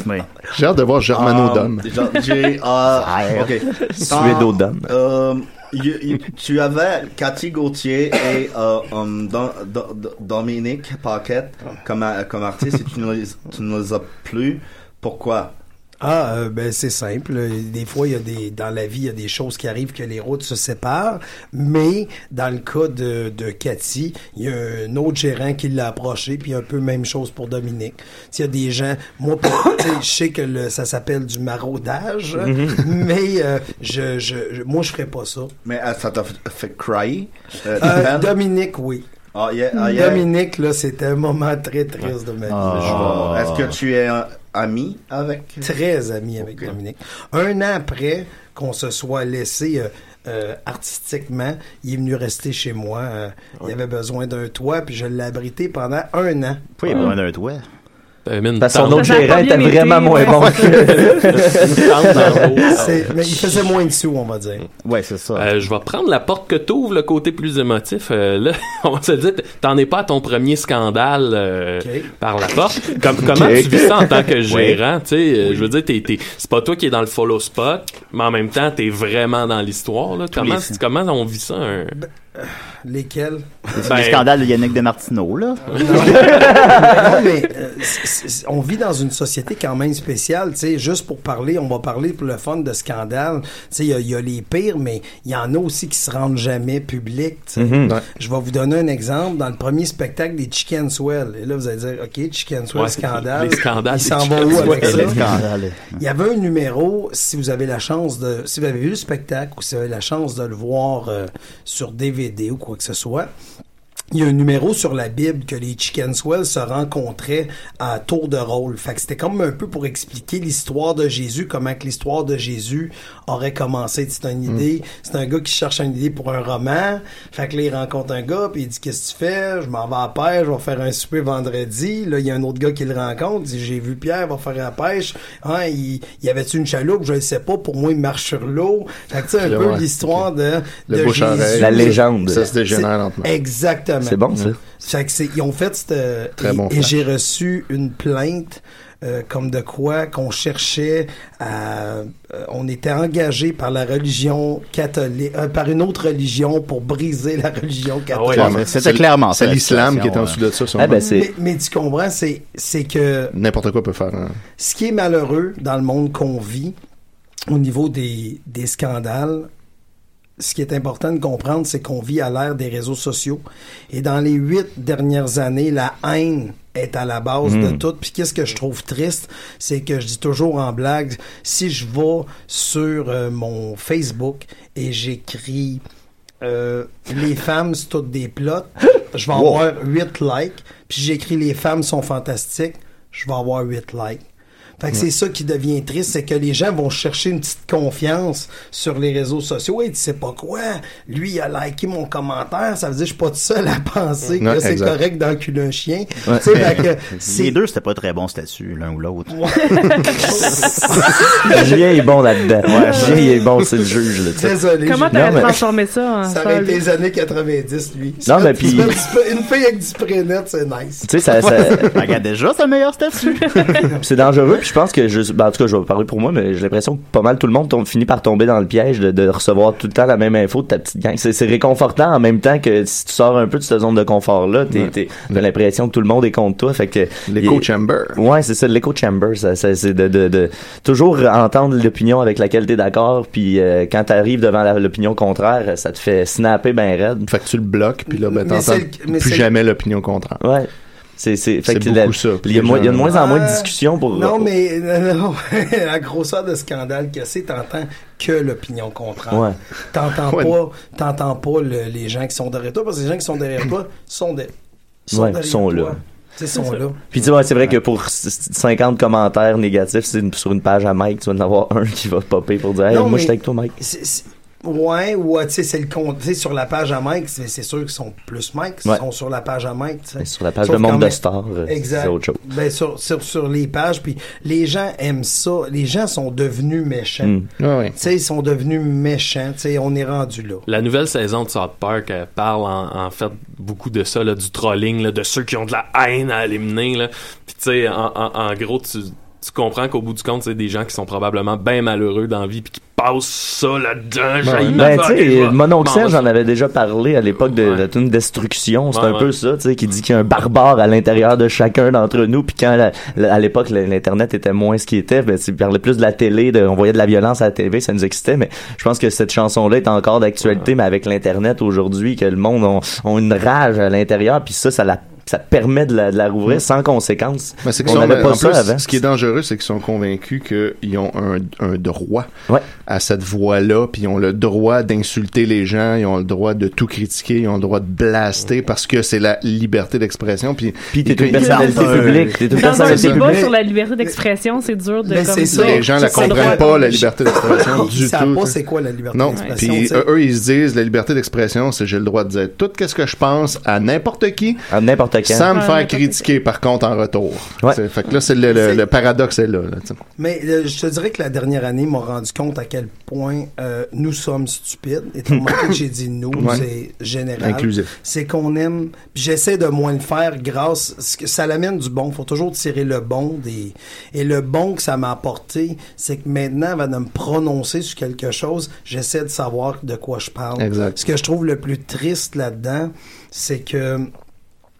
Speaker 4: oui.
Speaker 10: euh,
Speaker 7: J'ai hâte de voir Germano
Speaker 10: Ah,
Speaker 8: Euh,
Speaker 7: Dom.
Speaker 8: j'ai- J'ai. euh,
Speaker 4: Frère.
Speaker 8: ok.
Speaker 10: Suédo-dame.
Speaker 8: Euh, y- y- tu avais Cathy Gauthier et euh, um, Don- Don- Don- Dominique Paquette comme, a- comme artistes et tu ne, les, tu ne les as plus. Pourquoi
Speaker 9: Ah, euh, ben c'est simple. Euh, Des fois, il y a des dans la vie, il y a des choses qui arrivent que les routes se séparent. Mais dans le cas de, de Cathy, il y a un autre gérant qui l'a approché, puis un peu même chose pour Dominique. S'il y a des gens, moi, pour- tu sais, je sais que le- ça s'appelle du maraudage,
Speaker 4: Mm-hmm.
Speaker 9: mais euh, je, je, je- moi, je ferais pas ça.
Speaker 8: Mais euh, ça t'a fait- fait cry euh,
Speaker 9: Euh,
Speaker 4: Ben.
Speaker 8: peine?
Speaker 9: Dominique, oui.
Speaker 8: Ah, yeah, ah, yeah.
Speaker 9: Dominique, là, c'était un moment très triste de ma vie.
Speaker 8: Je vois. Ah. Est-ce que tu es euh, ami
Speaker 10: Ah.
Speaker 8: avec
Speaker 9: très ami avec
Speaker 8: Ok.
Speaker 9: Dominique. Un an après qu'on se soit laissé euh, euh, artistiquement, il est venu rester chez moi. euh, Il avait besoin d'un toit, puis je l'ai abrité pendant un an.
Speaker 4: Pourquoi il y a besoin d'un toit?
Speaker 5: T'avais mis une
Speaker 10: Parce que son
Speaker 5: tente-
Speaker 10: autre
Speaker 6: Ça a pas
Speaker 10: gérant
Speaker 6: bien
Speaker 10: était
Speaker 6: été,
Speaker 10: vraiment moins
Speaker 6: ouais.
Speaker 10: bon.
Speaker 5: une tente dans l'eau.
Speaker 9: C'est- Mais il faisait moins de sous, on va dire.
Speaker 4: Ouais, c'est ça.
Speaker 5: Euh, je vais prendre la porte que t'ouvres, le côté plus émotif. Euh, là, on va se le dire, t'en es pas à ton premier scandale euh,
Speaker 9: Ok.
Speaker 5: par la porte. Comme, Comment tu vis ça en tant que gérant? Tu sais, euh, je veux dire, t'es- t'es- c'est pas toi qui es dans le follow spot, mais en même temps, t'es vraiment dans l'histoire. là. Comment,
Speaker 4: les-
Speaker 5: comment on vit ça? un-
Speaker 9: Lesquels?
Speaker 4: C'est
Speaker 6: ben,
Speaker 4: le scandale de Yannick Demartino, là.
Speaker 9: non, mais euh, c- c- on vit dans une société quand même spéciale. Tu sais, juste pour parler, on va parler pour le fun de scandale. Tu sais, il y a- il y, a les pires, mais il y en a aussi qui se rendent jamais publics. tu sais.
Speaker 5: Mm-hmm.
Speaker 10: Mhm. Ouais.
Speaker 9: Je vais vous donner un exemple. Dans le premier spectacle des Chicken Swell, et là, vous allez dire, OK, Chicken Swell,
Speaker 5: Ouais,
Speaker 9: scandale.
Speaker 5: les scandales
Speaker 9: Il
Speaker 5: des
Speaker 9: s'en va
Speaker 5: Chicken
Speaker 9: où avec
Speaker 5: Swell?
Speaker 4: Le
Speaker 9: ça?
Speaker 4: scandale.
Speaker 9: Il y avait un numéro, si vous avez la chance de, si vous avez vu le spectacle ou si vous avez la chance de le voir euh, sur DVD ou quoi que ce soit, il y a un numéro sur la Bible que les Chickenswell se rencontraient à tour de rôle. Fait que c'était comme un peu pour expliquer l'histoire de Jésus, comment que l'histoire de Jésus aurait commencé. C'est une
Speaker 7: Hmm.
Speaker 9: idée, c'est un gars qui cherche une idée pour un roman. Fait que là, il rencontre un gars, puis il dit qu'est-ce que tu fais Je m'en vais à la pêche, je vais faire un souper vendredi. Là, il y a un autre gars qui le rencontre, il dit j'ai vu Pierre, va faire la pêche. Hein, il y avait-tu une chaloupe Je ne sais pas. Pour moi, il marche sur l'eau. Fait que c'est un
Speaker 7: Ouais,
Speaker 9: peu
Speaker 7: ouais.
Speaker 9: l'histoire de,
Speaker 7: Le
Speaker 9: de
Speaker 7: bouche à
Speaker 9: Jésus.
Speaker 7: oreille.
Speaker 10: La légende.
Speaker 7: Ça se dégénère lentement.
Speaker 9: C'est- Exactement. Mm.
Speaker 10: C'est bon, ça.
Speaker 9: Fait que c'est- ils ont fait cette, euh,
Speaker 7: Très
Speaker 9: et,
Speaker 7: bon
Speaker 9: et
Speaker 7: flash.
Speaker 9: j'ai reçu une plainte euh, comme de quoi qu'on cherchait à euh, on était engagé par la religion catholique euh, par une autre religion pour briser la religion catholique.
Speaker 7: Clairement.
Speaker 4: mais c'était
Speaker 7: C'est-
Speaker 4: clairement ça,
Speaker 7: C'est
Speaker 4: la
Speaker 7: l'islam qui
Speaker 4: situation,
Speaker 7: est en
Speaker 4: euh.
Speaker 7: dessous de ça.
Speaker 10: Ah,
Speaker 7: sûrement.
Speaker 10: ben, c'est.
Speaker 9: mais, mais tu comprends c'est c'est que
Speaker 7: N'importe quoi peut faire. un-
Speaker 9: ce qui est malheureux dans le monde qu'on vit au niveau des, des scandales, ce qui est important de comprendre, c'est qu'on vit à l'ère des réseaux sociaux. Et dans les huit dernières années, la haine est à la base de tout. Puis qu'est-ce que je trouve triste, c'est que je dis toujours en blague, si je vais sur euh, mon Facebook et j'écris euh, les femmes c'est toutes des plots, je vais avoir 8 likes, puis j'écris les femmes sont fantastiques, je vais avoir 8 likes. Fait que c'est ça qui devient triste, c'est que les gens vont chercher une petite confiance sur les réseaux sociaux. Et tu sais pas quoi, lui il a liké mon commentaire, ça veut dire que je suis pas tout seul à penser que
Speaker 7: Ouais,
Speaker 9: c'est
Speaker 7: exact.
Speaker 9: correct d'enculer un chien. Tu sais, fait que c'est-
Speaker 4: Les deux, c'était pas très bon statut, l'un ou l'autre.
Speaker 10: Julien est bon là-dedans. Julien il est bon, c'est le juge, là, tu sais.
Speaker 9: Désolé.
Speaker 6: Comment
Speaker 9: j'ai-
Speaker 10: Non,
Speaker 6: t'avais
Speaker 10: mais-
Speaker 6: transformé ça en
Speaker 9: Ça aurait
Speaker 6: sol?
Speaker 9: été les années 90, lui.
Speaker 10: Non, mais puis-
Speaker 9: Une fille avec du prénom, c'est nice.
Speaker 10: Tu sais, ça, Euh, ça-
Speaker 4: Regarde déjà, c'est le meilleur statut.
Speaker 10: c'est dangereux, puis je pense que je, ben, en tout cas, je vais parler pour moi, mais j'ai l'impression que pas mal tout le monde tombe, finit par tomber dans le piège de, de recevoir tout le temps la même info de ta petite gang. C'est, c'est réconfortant en même temps que si tu sors un peu de cette zone de confort-là, t'es, t'es- t'as l'impression que tout le monde est contre toi, fait que.
Speaker 7: L'écho
Speaker 10: il-
Speaker 7: chamber.
Speaker 10: Ouais, c'est ça, l'écho chamber, ça, ça, c'est de, de, de toujours entendre l'opinion avec laquelle t'es d'accord, puis euh, quand t'arrives devant la- l'opinion contraire, ça te fait snapper ben raide.
Speaker 7: Fait que tu le bloques, puis là, ben,
Speaker 9: Mais
Speaker 7: t'entends
Speaker 9: c'est le- mais
Speaker 7: plus
Speaker 9: c'est-
Speaker 7: jamais l'opinion contraire.
Speaker 10: Ouais. C'est, c'est, fait
Speaker 7: C'est
Speaker 10: que la-
Speaker 7: beaucoup ça,
Speaker 10: Il y, a
Speaker 7: les
Speaker 10: moins- il y a de
Speaker 7: gens-
Speaker 10: moins en moins de
Speaker 9: Ah,
Speaker 10: discussions pour.
Speaker 9: Non, mais non, non, la grosseur de scandale que c'est, t'entends que l'opinion contraire.
Speaker 10: Ouais.
Speaker 9: T'entends
Speaker 7: Ouais.
Speaker 9: pas, t'entends pas le- les gens qui sont derrière toi, parce que les gens qui sont derrière toi sont, de, sont
Speaker 10: Ouais,
Speaker 9: derrière
Speaker 10: sont
Speaker 9: toi.
Speaker 10: là.
Speaker 9: Ils sont là.
Speaker 10: Puis tu vois, c'est vrai que pour c- c- 50 commentaires négatifs c'est une- sur une page à Mike, tu vas en avoir un qui va popper pour dire hey,
Speaker 9: Non,
Speaker 10: moi
Speaker 9: mais-
Speaker 10: je suis avec toi Mike.
Speaker 9: C'est- c'est- Ouais, ou euh, tu sais, c'est le compte. tu sais, Sur la page à Mike, c'est c'est sûr qu'ils sont plus Mike, ils
Speaker 10: Ouais.
Speaker 9: sont sur la page à Mike. tu sais.
Speaker 10: Mais sur la page
Speaker 9: Sauf
Speaker 10: de Monde
Speaker 9: quand
Speaker 10: de
Speaker 9: même-
Speaker 10: Star, euh,
Speaker 9: Exact.
Speaker 10: c'est autre chose.
Speaker 9: Ben, sur, sur, sur les pages, puis les gens aiment ça. Les gens sont devenus méchants.
Speaker 10: Mm.
Speaker 7: Ouais, ouais.
Speaker 9: Tu sais, ils sont devenus méchants. Tu sais, on est rendu là.
Speaker 5: La nouvelle saison de South Park euh, parle en, en fait beaucoup de ça, là, du trolling, là, de ceux qui ont de la haine à éliminer. Là. Puis tu sais, en, en- en gros, tu, tu comprends qu'au bout du compte, c'est des gens qui sont probablement bien malheureux dans la vie puis qui passent ça là-dedans. j'ai
Speaker 10: Ben, tu sais, mon oncle
Speaker 5: Bon,
Speaker 10: Serge
Speaker 5: ouais.
Speaker 10: en avait déjà parlé à l'époque de,
Speaker 5: Ouais.
Speaker 10: la tune Destruction. C'est
Speaker 5: Ouais,
Speaker 10: un
Speaker 5: ouais.
Speaker 10: peu ça, tu sais, qui dit qu'il y a un barbare à l'intérieur de chacun d'entre nous. Puis quand, la- la- à l'époque, le- l'Internet était moins ce qu'il était, ben, tu parlais plus de la télé, de, on voyait de la violence à la télé, ça nous excitait. Mais je pense que cette chanson-là est encore d'actualité, mais avec l'Internet aujourd'hui, que le monde ont ont une rage à l'intérieur. Puis ça, ça la ça permet de la, de la rouvrir
Speaker 5: Mm.
Speaker 10: sans conséquence.
Speaker 7: Mais c'est qu'ils
Speaker 10: on
Speaker 7: sont-
Speaker 10: n'avait
Speaker 7: en
Speaker 10: pas ça
Speaker 7: plus,
Speaker 10: avant.
Speaker 7: Ce qui est dangereux, c'est qu'ils sont convaincus qu'ils ont un, un droit
Speaker 10: Ouais.
Speaker 7: à cette voix-là, puis ils ont le droit d'insulter les gens, ils ont le droit de tout critiquer, ils ont le droit de blaster parce que c'est la liberté d'expression. Puis,
Speaker 10: Puis t'es
Speaker 7: et que-
Speaker 10: une personnalité publique. T'es une
Speaker 6: Dans un
Speaker 10: personnalité
Speaker 7: c'est
Speaker 6: débat
Speaker 10: publique.
Speaker 6: sur la liberté d'expression, c'est dur de
Speaker 9: Mais
Speaker 6: comme
Speaker 9: c'est ça.
Speaker 7: les gens la
Speaker 9: C'est
Speaker 7: comprennent
Speaker 9: vrai.
Speaker 7: pas, la liberté d'expression,
Speaker 9: Ils
Speaker 7: du
Speaker 9: savent
Speaker 7: tout.
Speaker 9: pas
Speaker 7: tu sais.
Speaker 9: c'est quoi la liberté
Speaker 7: Non,
Speaker 9: d'expression.
Speaker 7: puis euh,
Speaker 9: tu sais.
Speaker 7: eux, eux, ils se disent la liberté d'expression, c'est j'ai le droit de dire tout ce que je pense à n'importe qui,
Speaker 10: À n'importe n'importe quand.
Speaker 7: Sans me faire
Speaker 9: Ah,
Speaker 7: critiquer, par contre, en retour. C'est- Fait que là, c'est le, le-
Speaker 9: C'est-
Speaker 7: le paradoxe est là. là, tu sais.
Speaker 9: Mais euh, je te dirais que la dernière année m'a rendu compte à quel point euh, nous sommes stupides. Et tant que j'ai dit nous,
Speaker 7: Ouais.
Speaker 9: c'est général.
Speaker 7: Inclusif.
Speaker 9: C'est qu'on aime. Puis j'essaie de moins le faire grâce. ce que- Ça l'amène du bon. Faut toujours tirer le bon des. Et le bon que ça m'a apporté, c'est que maintenant, avant de me prononcer sur quelque chose, j'essaie de savoir de quoi je parle.
Speaker 7: Exact.
Speaker 9: Ce que je trouve le plus triste là-dedans, c'est que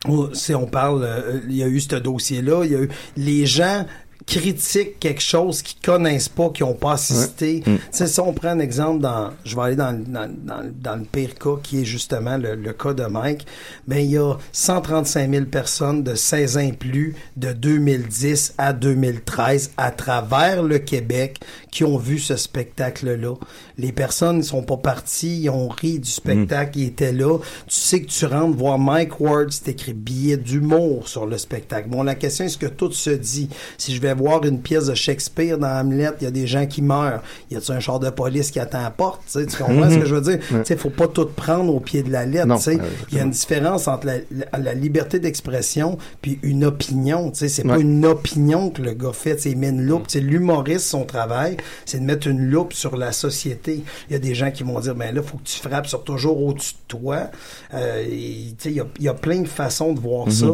Speaker 9: Oh, si on parle, euh, il y a eu ce dossier-là, il y a eu les gens critiquent quelque chose qu'ils connaissent pas, qu'ils ont pas assisté. Tu sais, si on prend un exemple dans, je vais aller dans, le- dans, dans le- dans le pire cas qui est justement le, le cas de Mike, ben il y a 135 000 personnes de 16 ans et plus de 2010 à 2013 à travers le Québec qui ont vu ce spectacle-là. Les personnes ne sont pas parties, ils ont ri du spectacle, ils étaient là. Tu sais que tu rentres voir Mike Ward, c'est écrit billet d'humour sur le spectacle. Bon, la question est ce que tout se dit. Si je vais voir une pièce de Shakespeare dans Hamlet, il y a des gens qui meurent. Y a-tu un char de police qui attend à la porte? Tu sais, tu comprends ce que je veux dire? Tu sais, faut pas tout prendre au pied de la lettre.
Speaker 7: Non,
Speaker 9: tu sais.
Speaker 7: euh,
Speaker 9: Il y a une différence entre la, la- la liberté d'expression puis une opinion. Tu sais, c'est pas une opinion que le gars fait. tu sais, Il met une loupe. Tu sais, L'humoriste, son travail, c'est de mettre une loupe sur la société. Il y a des gens qui vont dire, ben là, faut que tu frappes sur toujours au-dessus de toi. Euh, et, tu sais, il, y a, il y a plein de façons de voir ça.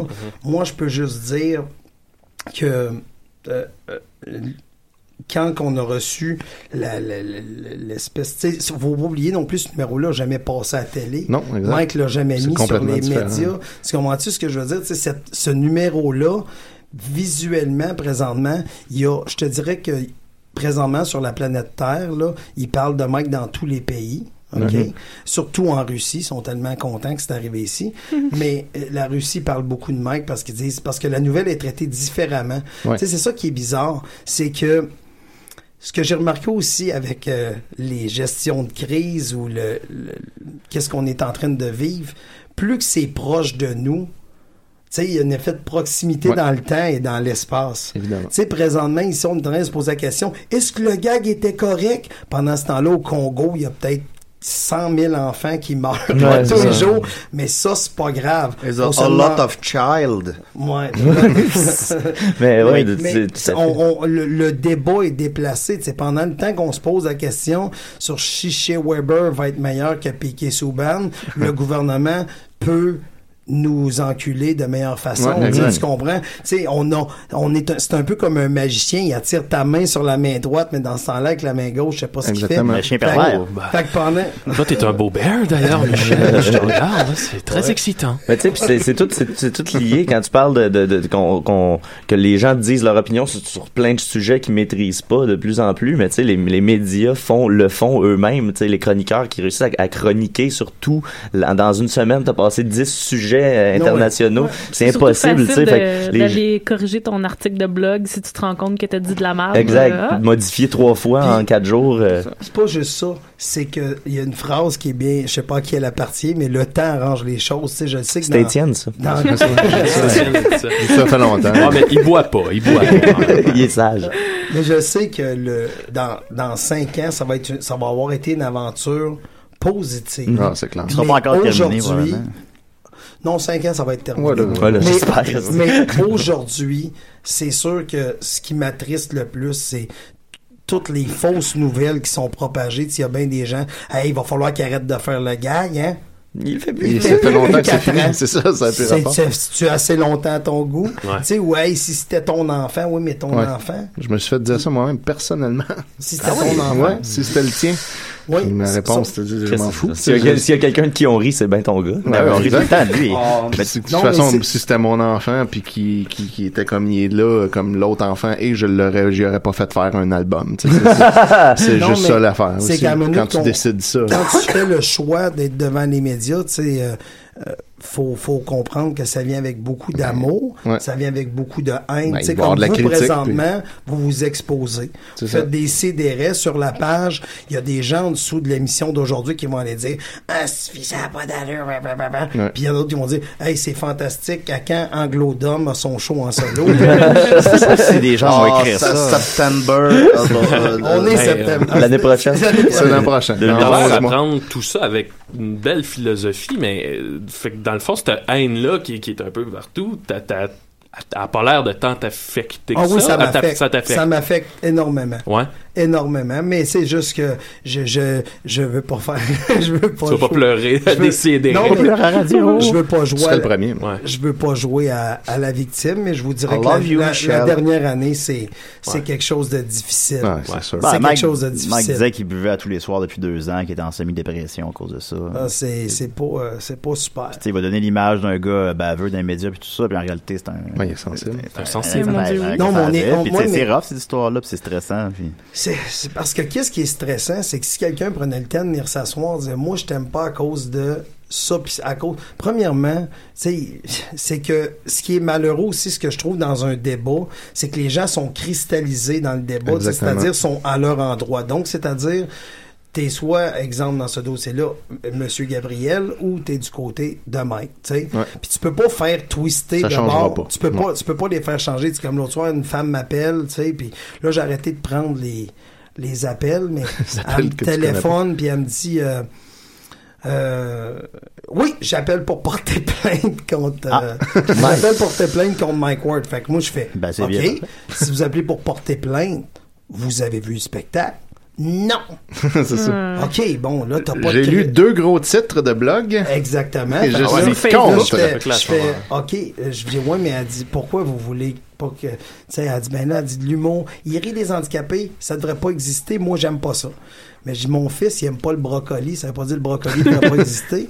Speaker 9: Moi, je peux juste dire que euh, euh, quand on a reçu la- la- la- la- l'espèce, tu sais, faut pas oublier non plus ce numéro-là, jamais passé à la télé.
Speaker 7: Non, exact.
Speaker 9: Mike l'a jamais
Speaker 7: C'est
Speaker 9: mis sur
Speaker 7: complètement
Speaker 9: les
Speaker 7: différent.
Speaker 9: médias. Tu comprends-tu ce que je veux dire? Tu sais, cette- ce numéro-là, visuellement, présentement, il y a, je te dirais que présentement sur la planète Terre, là, ils parlent de Mike dans tous les pays. OK?
Speaker 7: Mm-hmm.
Speaker 9: Surtout en Russie, ils sont tellement contents que c'est arrivé ici. Mais euh, la Russie parle beaucoup de Mike parce qu'ils disent parce que la nouvelle est traitée différemment.
Speaker 7: Ouais.
Speaker 9: Tu sais, c'est ça qui est bizarre, c'est que ce que j'ai remarqué aussi avec euh, les gestions de crise ou le, le- qu'est-ce qu'on est en train de vivre, plus que c'est proche de nous, tu sais, il y a un effet de proximité
Speaker 7: Ouais.
Speaker 9: dans le temps et dans l'espace.
Speaker 7: Évidemment.
Speaker 9: Tu sais, présentement, ici, on est en train de se poser la question est-ce que le gag était correct Pendant ce temps-là, au Congo, il y a peut-être 100 000 enfants qui meurent
Speaker 10: Ouais,
Speaker 9: tous
Speaker 10: c'est
Speaker 9: les
Speaker 10: ça.
Speaker 9: jours, mais ça, c'est pas grave.
Speaker 8: There's
Speaker 9: On
Speaker 8: a,
Speaker 9: se
Speaker 8: a lot
Speaker 9: demande-
Speaker 8: of child.
Speaker 9: Ouais.
Speaker 10: Mais oui,
Speaker 9: Mais-
Speaker 10: de-
Speaker 9: mais
Speaker 10: c'est- tout à fait.
Speaker 9: on- on- le, le débat est déplacé. Tu sais, pendant le temps qu'on se pose la question sur Chiché Weber va être meilleur que Piqué Souban, le gouvernement peut nous enculer de meilleure façon.
Speaker 7: Ouais,
Speaker 9: Tu sais,
Speaker 7: exact.
Speaker 9: tu comprends? Tu sais, on, a- on est un- c'est un peu comme un magicien. Il attire ta main sur la main droite, mais dans ce temps-là, avec la main gauche, je sais pas ce qu'il fait.
Speaker 7: Exactement.
Speaker 4: Le chien
Speaker 9: Fait que-
Speaker 4: pervers.
Speaker 9: fait que pendant,
Speaker 5: Toi, t'es un beau bear d'ailleurs, Michel. Je te regarde, c'est très excitant.
Speaker 10: Mais Ben, tu sais, puis c'est- c'est tout, c'est- c'est tout lié quand tu parles de, de- de- qu'on- qu'on- que les gens disent leur opinion sur, sur plein de sujets qu'ils maîtrisent pas de plus en plus. Mais tu sais, les, les médias font le font eux-mêmes. Tu sais, les chroniqueurs qui réussissent à, à chroniquer sur tout. Là, Dans une semaine, t'as passé 10 sujets euh,
Speaker 9: Non,
Speaker 10: internationaux. C'est
Speaker 6: Surtout
Speaker 10: impossible, tu
Speaker 6: facile
Speaker 10: sais. fait
Speaker 6: de-
Speaker 10: que les-
Speaker 6: d'aller corriger ton article de blog si tu te rends compte que t'as dit de la merde.
Speaker 10: Exact.
Speaker 6: Euh, ah,
Speaker 10: Modifier trois fois
Speaker 9: Puis-
Speaker 10: en quatre jours. euh,
Speaker 9: C'est pas juste ça, c'est que il y a une phrase qui est bien, je sais pas à qui elle appartient, mais le temps arrange les choses, tu sais, je le sais que
Speaker 10: C'était
Speaker 9: dans,
Speaker 10: Étienne, ça.
Speaker 9: dans-
Speaker 7: Ça fait longtemps.
Speaker 5: Ah, mais il boit pas, il boit pas.
Speaker 10: Il est sage.
Speaker 9: mais je sais que le dans dans cinq ans, ça va être une- ça va avoir été une aventure positive.
Speaker 7: Ah, c'est clair.
Speaker 4: Ils sont pas encore terminés,
Speaker 9: Aujourd'hui,
Speaker 4: probablement.
Speaker 9: Non, cinq ans, ça va être terminé.
Speaker 7: Voilà.
Speaker 10: Voilà,
Speaker 9: Mais-
Speaker 10: j'espère.
Speaker 9: Mais, aujourd'hui, c'est sûr que ce qui m'attriste le plus, c'est toutes les fausses nouvelles qui sont propagées. Tu sais, Il y a bien des gens, hey, il va falloir qu'ils arrêtent de faire le gag, hein?
Speaker 10: Il fait plus.
Speaker 7: Et ça fait longtemps que c'est
Speaker 9: Quatre
Speaker 7: fini.
Speaker 9: ans.
Speaker 7: C'est ça, ça a plus
Speaker 9: C'est-
Speaker 7: rapport.
Speaker 9: c'est- Si tu as assez longtemps à ton goût,
Speaker 5: Ouais.
Speaker 9: tu sais, ouais, si c'était ton enfant, oui, mais ton
Speaker 7: Ouais.
Speaker 9: enfant,
Speaker 7: Je me suis fait dire ça moi-même personnellement.
Speaker 9: si c'était ton enfant,
Speaker 7: Ouais, si c'était le tien.
Speaker 9: oui,
Speaker 7: Puis ma
Speaker 9: ça-
Speaker 7: réponse,
Speaker 9: ça-
Speaker 7: c'était je m'en fous.
Speaker 10: S'il y a, s'il y a quelqu'un de qui on rit, c'est bien ton gars.
Speaker 7: Ouais,
Speaker 4: Ben,
Speaker 7: ouais,
Speaker 4: on rit tout
Speaker 7: exact. Ah.
Speaker 4: le temps de lui.
Speaker 7: Mais de toute
Speaker 9: Ben, non, mais
Speaker 7: façon,
Speaker 9: c'est-
Speaker 7: si c'était mon enfant puis qui, qui, qui était comme il est là, comme l'autre enfant, et je l'aurais, j'y aurais pas fait faire un album. tu sais, c'est- c'est- C'est
Speaker 9: Non,
Speaker 7: juste
Speaker 9: mais
Speaker 7: ça l'affaire.
Speaker 9: c'est
Speaker 7: aussi,
Speaker 9: qu'à la minute
Speaker 7: Quand tu
Speaker 9: qu'on-
Speaker 7: décides ça.
Speaker 9: quand tu fais le choix d'être devant les médias, tu sais, euh, euh, faut, faut comprendre que ça vient avec beaucoup d'amour,
Speaker 7: Ben, ouais.
Speaker 9: ça vient avec beaucoup de haine.
Speaker 7: Ben,
Speaker 9: tu sais,
Speaker 7: il va y avoir
Speaker 9: comme
Speaker 7: de la
Speaker 9: vous,
Speaker 7: critique,
Speaker 9: présentement, vous vous exposez.
Speaker 7: C'est
Speaker 9: Vous
Speaker 7: ça.
Speaker 9: faites des CDR sur la page. Il y a des gens en dessous de l'émission d'aujourd'hui qui vont aller dire « Ah, c'est fils, ça n'a pas d'allure, bah, blablabla.
Speaker 7: Ouais.
Speaker 9: Puis il y en a d'autres qui vont dire « Hey, c'est fantastique, à quand Anglo-Dom a son show en solo?
Speaker 4: Si des gens vont
Speaker 8: Ah,
Speaker 4: écrire
Speaker 8: ça,
Speaker 4: ça.
Speaker 8: September. euh, euh, »
Speaker 9: On est
Speaker 5: Hey,
Speaker 9: septembre.
Speaker 10: L'année prochaine.
Speaker 9: euh,
Speaker 7: C'est l'an prochain.
Speaker 10: De-
Speaker 9: Ah,
Speaker 7: Non,
Speaker 5: On va
Speaker 7: c'est moi.
Speaker 5: apprendre tout ça avec une belle philosophie, mais euh, fait que dans le fond, cette haine-là qui, qui est un peu partout, t'as, t'as, elle a pas l'air de tant t'affecter que
Speaker 9: Ah oui, ça
Speaker 5: Elle t'a-
Speaker 9: m'affecte.
Speaker 5: Ça t'affecte.
Speaker 9: Ça m'affecte énormément.
Speaker 5: Ouais.
Speaker 9: Énormément. Mais c'est juste que je, je, je veux pas faire. je veux pas
Speaker 5: Tu vas pas
Speaker 9: jouer.
Speaker 5: pleurer,
Speaker 9: Je veux-
Speaker 5: décider.
Speaker 9: Non, mais-
Speaker 4: pleurer à la radio.
Speaker 9: Je veux pas
Speaker 7: Tu
Speaker 9: jouer.
Speaker 7: serais
Speaker 9: à
Speaker 7: le
Speaker 9: la-
Speaker 7: premier. moi.
Speaker 5: Ouais.
Speaker 9: Je veux pas jouer à, à la victime, mais je vous dirais
Speaker 8: I
Speaker 9: que la,
Speaker 8: love you,
Speaker 9: la- la
Speaker 8: Michel.
Speaker 9: dernière année, c'est c'est
Speaker 5: Ouais.
Speaker 9: quelque chose de difficile.
Speaker 7: Ouais, c'est sûr.
Speaker 9: quelque chose de
Speaker 4: Ben, Mike
Speaker 9: difficile.
Speaker 4: disait qu'il buvait à tous les soirs depuis deux ans, qu'il était en semi-dépression à cause de ça.
Speaker 9: Ah, c'est c'est pas, euh, c'est pas super.
Speaker 4: Tu sais, il va donner l'image d'un gars euh, baveux dans les médias puis tout ça, puis en réalité, c'est un...
Speaker 7: Ouais, il est sensible.
Speaker 5: Un sensible,
Speaker 6: mon Dieu, oui.
Speaker 4: Non,
Speaker 9: Non, mais on est- on-
Speaker 4: Puis
Speaker 9: moi,
Speaker 4: tu sais,
Speaker 9: mais-
Speaker 4: c'est rough, cette histoire-là, puis c'est stressant. Puis...
Speaker 9: C'est c'est parce que qu'est-ce qui est stressant, c'est que si quelqu'un prenait le temps de venir s'asseoir, dire moi je t'aime pas à cause de ça puis à cause premièrement, tu sais, c'est que ce qui est malheureux aussi ce que je trouve dans un débat, c'est que les gens sont cristallisés dans le débat, tu sais,
Speaker 7: Exactement.
Speaker 9: c'est-à-dire sont à leur endroit. Donc c'est-à-dire T'es soit, exemple, dans ce dossier-là, M. Monsieur Gabriel, ou t'es du côté de Mike, tu sais.
Speaker 7: Ouais.
Speaker 9: Puis tu peux pas faire twister
Speaker 7: Ça
Speaker 9: de
Speaker 7: changera
Speaker 9: bord.
Speaker 7: pas.
Speaker 9: Tu peux
Speaker 7: Non.
Speaker 9: pas tu peux pas les faire changer. C'est comme l'autre soir, une femme m'appelle, tu sais, puis là, j'ai arrêté de prendre les, les appels, mais
Speaker 7: Les appels
Speaker 9: elle me
Speaker 7: que tu connais
Speaker 9: téléphone, puis elle me dit... euh, euh, oui, j'appelle pour porter plainte contre.
Speaker 7: Ah,
Speaker 9: euh, j'appelle pour porter plainte contre Mike Ward. Fait que moi je fais.
Speaker 4: Ben, c'est
Speaker 9: ok,
Speaker 4: bien.
Speaker 9: si vous appelez pour porter plainte, vous avez vu le spectacle Non.
Speaker 7: c'est ça.
Speaker 9: Ok, bon là t'as pas.
Speaker 7: J'ai
Speaker 9: de-
Speaker 7: lu deux gros titres de blog.
Speaker 9: Exactement.
Speaker 7: Et je
Speaker 9: Fait que
Speaker 7: suis
Speaker 9: là,
Speaker 7: fait
Speaker 9: là,
Speaker 7: contre.
Speaker 9: je fais-
Speaker 5: Fait que là,
Speaker 9: je
Speaker 5: ça
Speaker 9: fais,
Speaker 5: va.
Speaker 9: OK, euh, je dis, ouais, mais elle dit, pourquoi vous voulez pas que. Tu sais, elle dit, ben là, elle dit, de l'humour, il rit des handicapés, ça devrait pas exister, moi, j'aime pas ça. Mais je dis, mon fils, il aime pas le brocoli, ça veut pas dire le brocoli devrait pas exister.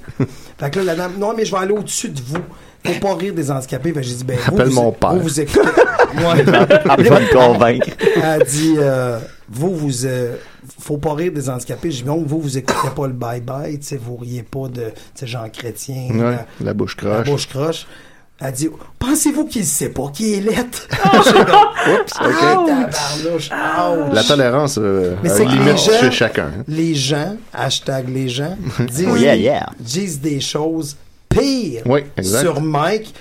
Speaker 9: Fait que là, la dame, non, mais je vais aller au-dessus de vous. Faut pas rire des handicapés. Fait que j'ai dit, ben, vous,
Speaker 7: Appelle
Speaker 9: vous-
Speaker 7: mon père.
Speaker 9: Vous, vous écoutez. Ouais.
Speaker 10: Je vais me convaincre.
Speaker 9: Elle dit euh, Vous, vous. euh, faut pas rire des handicapés. Je dis Donc, vous, vous écoutez pas le bye-bye, tu sais, vous riez pas de tu sais, Jean Chrétien,
Speaker 7: Ouais,
Speaker 9: la-
Speaker 7: la bouche
Speaker 9: la,
Speaker 7: croche.
Speaker 9: bouche croche. Elle dit Pensez-vous qu'il sait pas qui est lettre Ah,
Speaker 7: Oups, ok. La tolérance euh,
Speaker 9: Mais
Speaker 7: a
Speaker 9: c'est
Speaker 7: une
Speaker 9: que les
Speaker 7: limite
Speaker 9: gens-
Speaker 7: chez chacun.
Speaker 9: Les gens, hashtag les gens, disent,
Speaker 4: Oh, yeah, yeah.
Speaker 9: disent des choses pires
Speaker 7: Oui, exact.
Speaker 9: sur Mike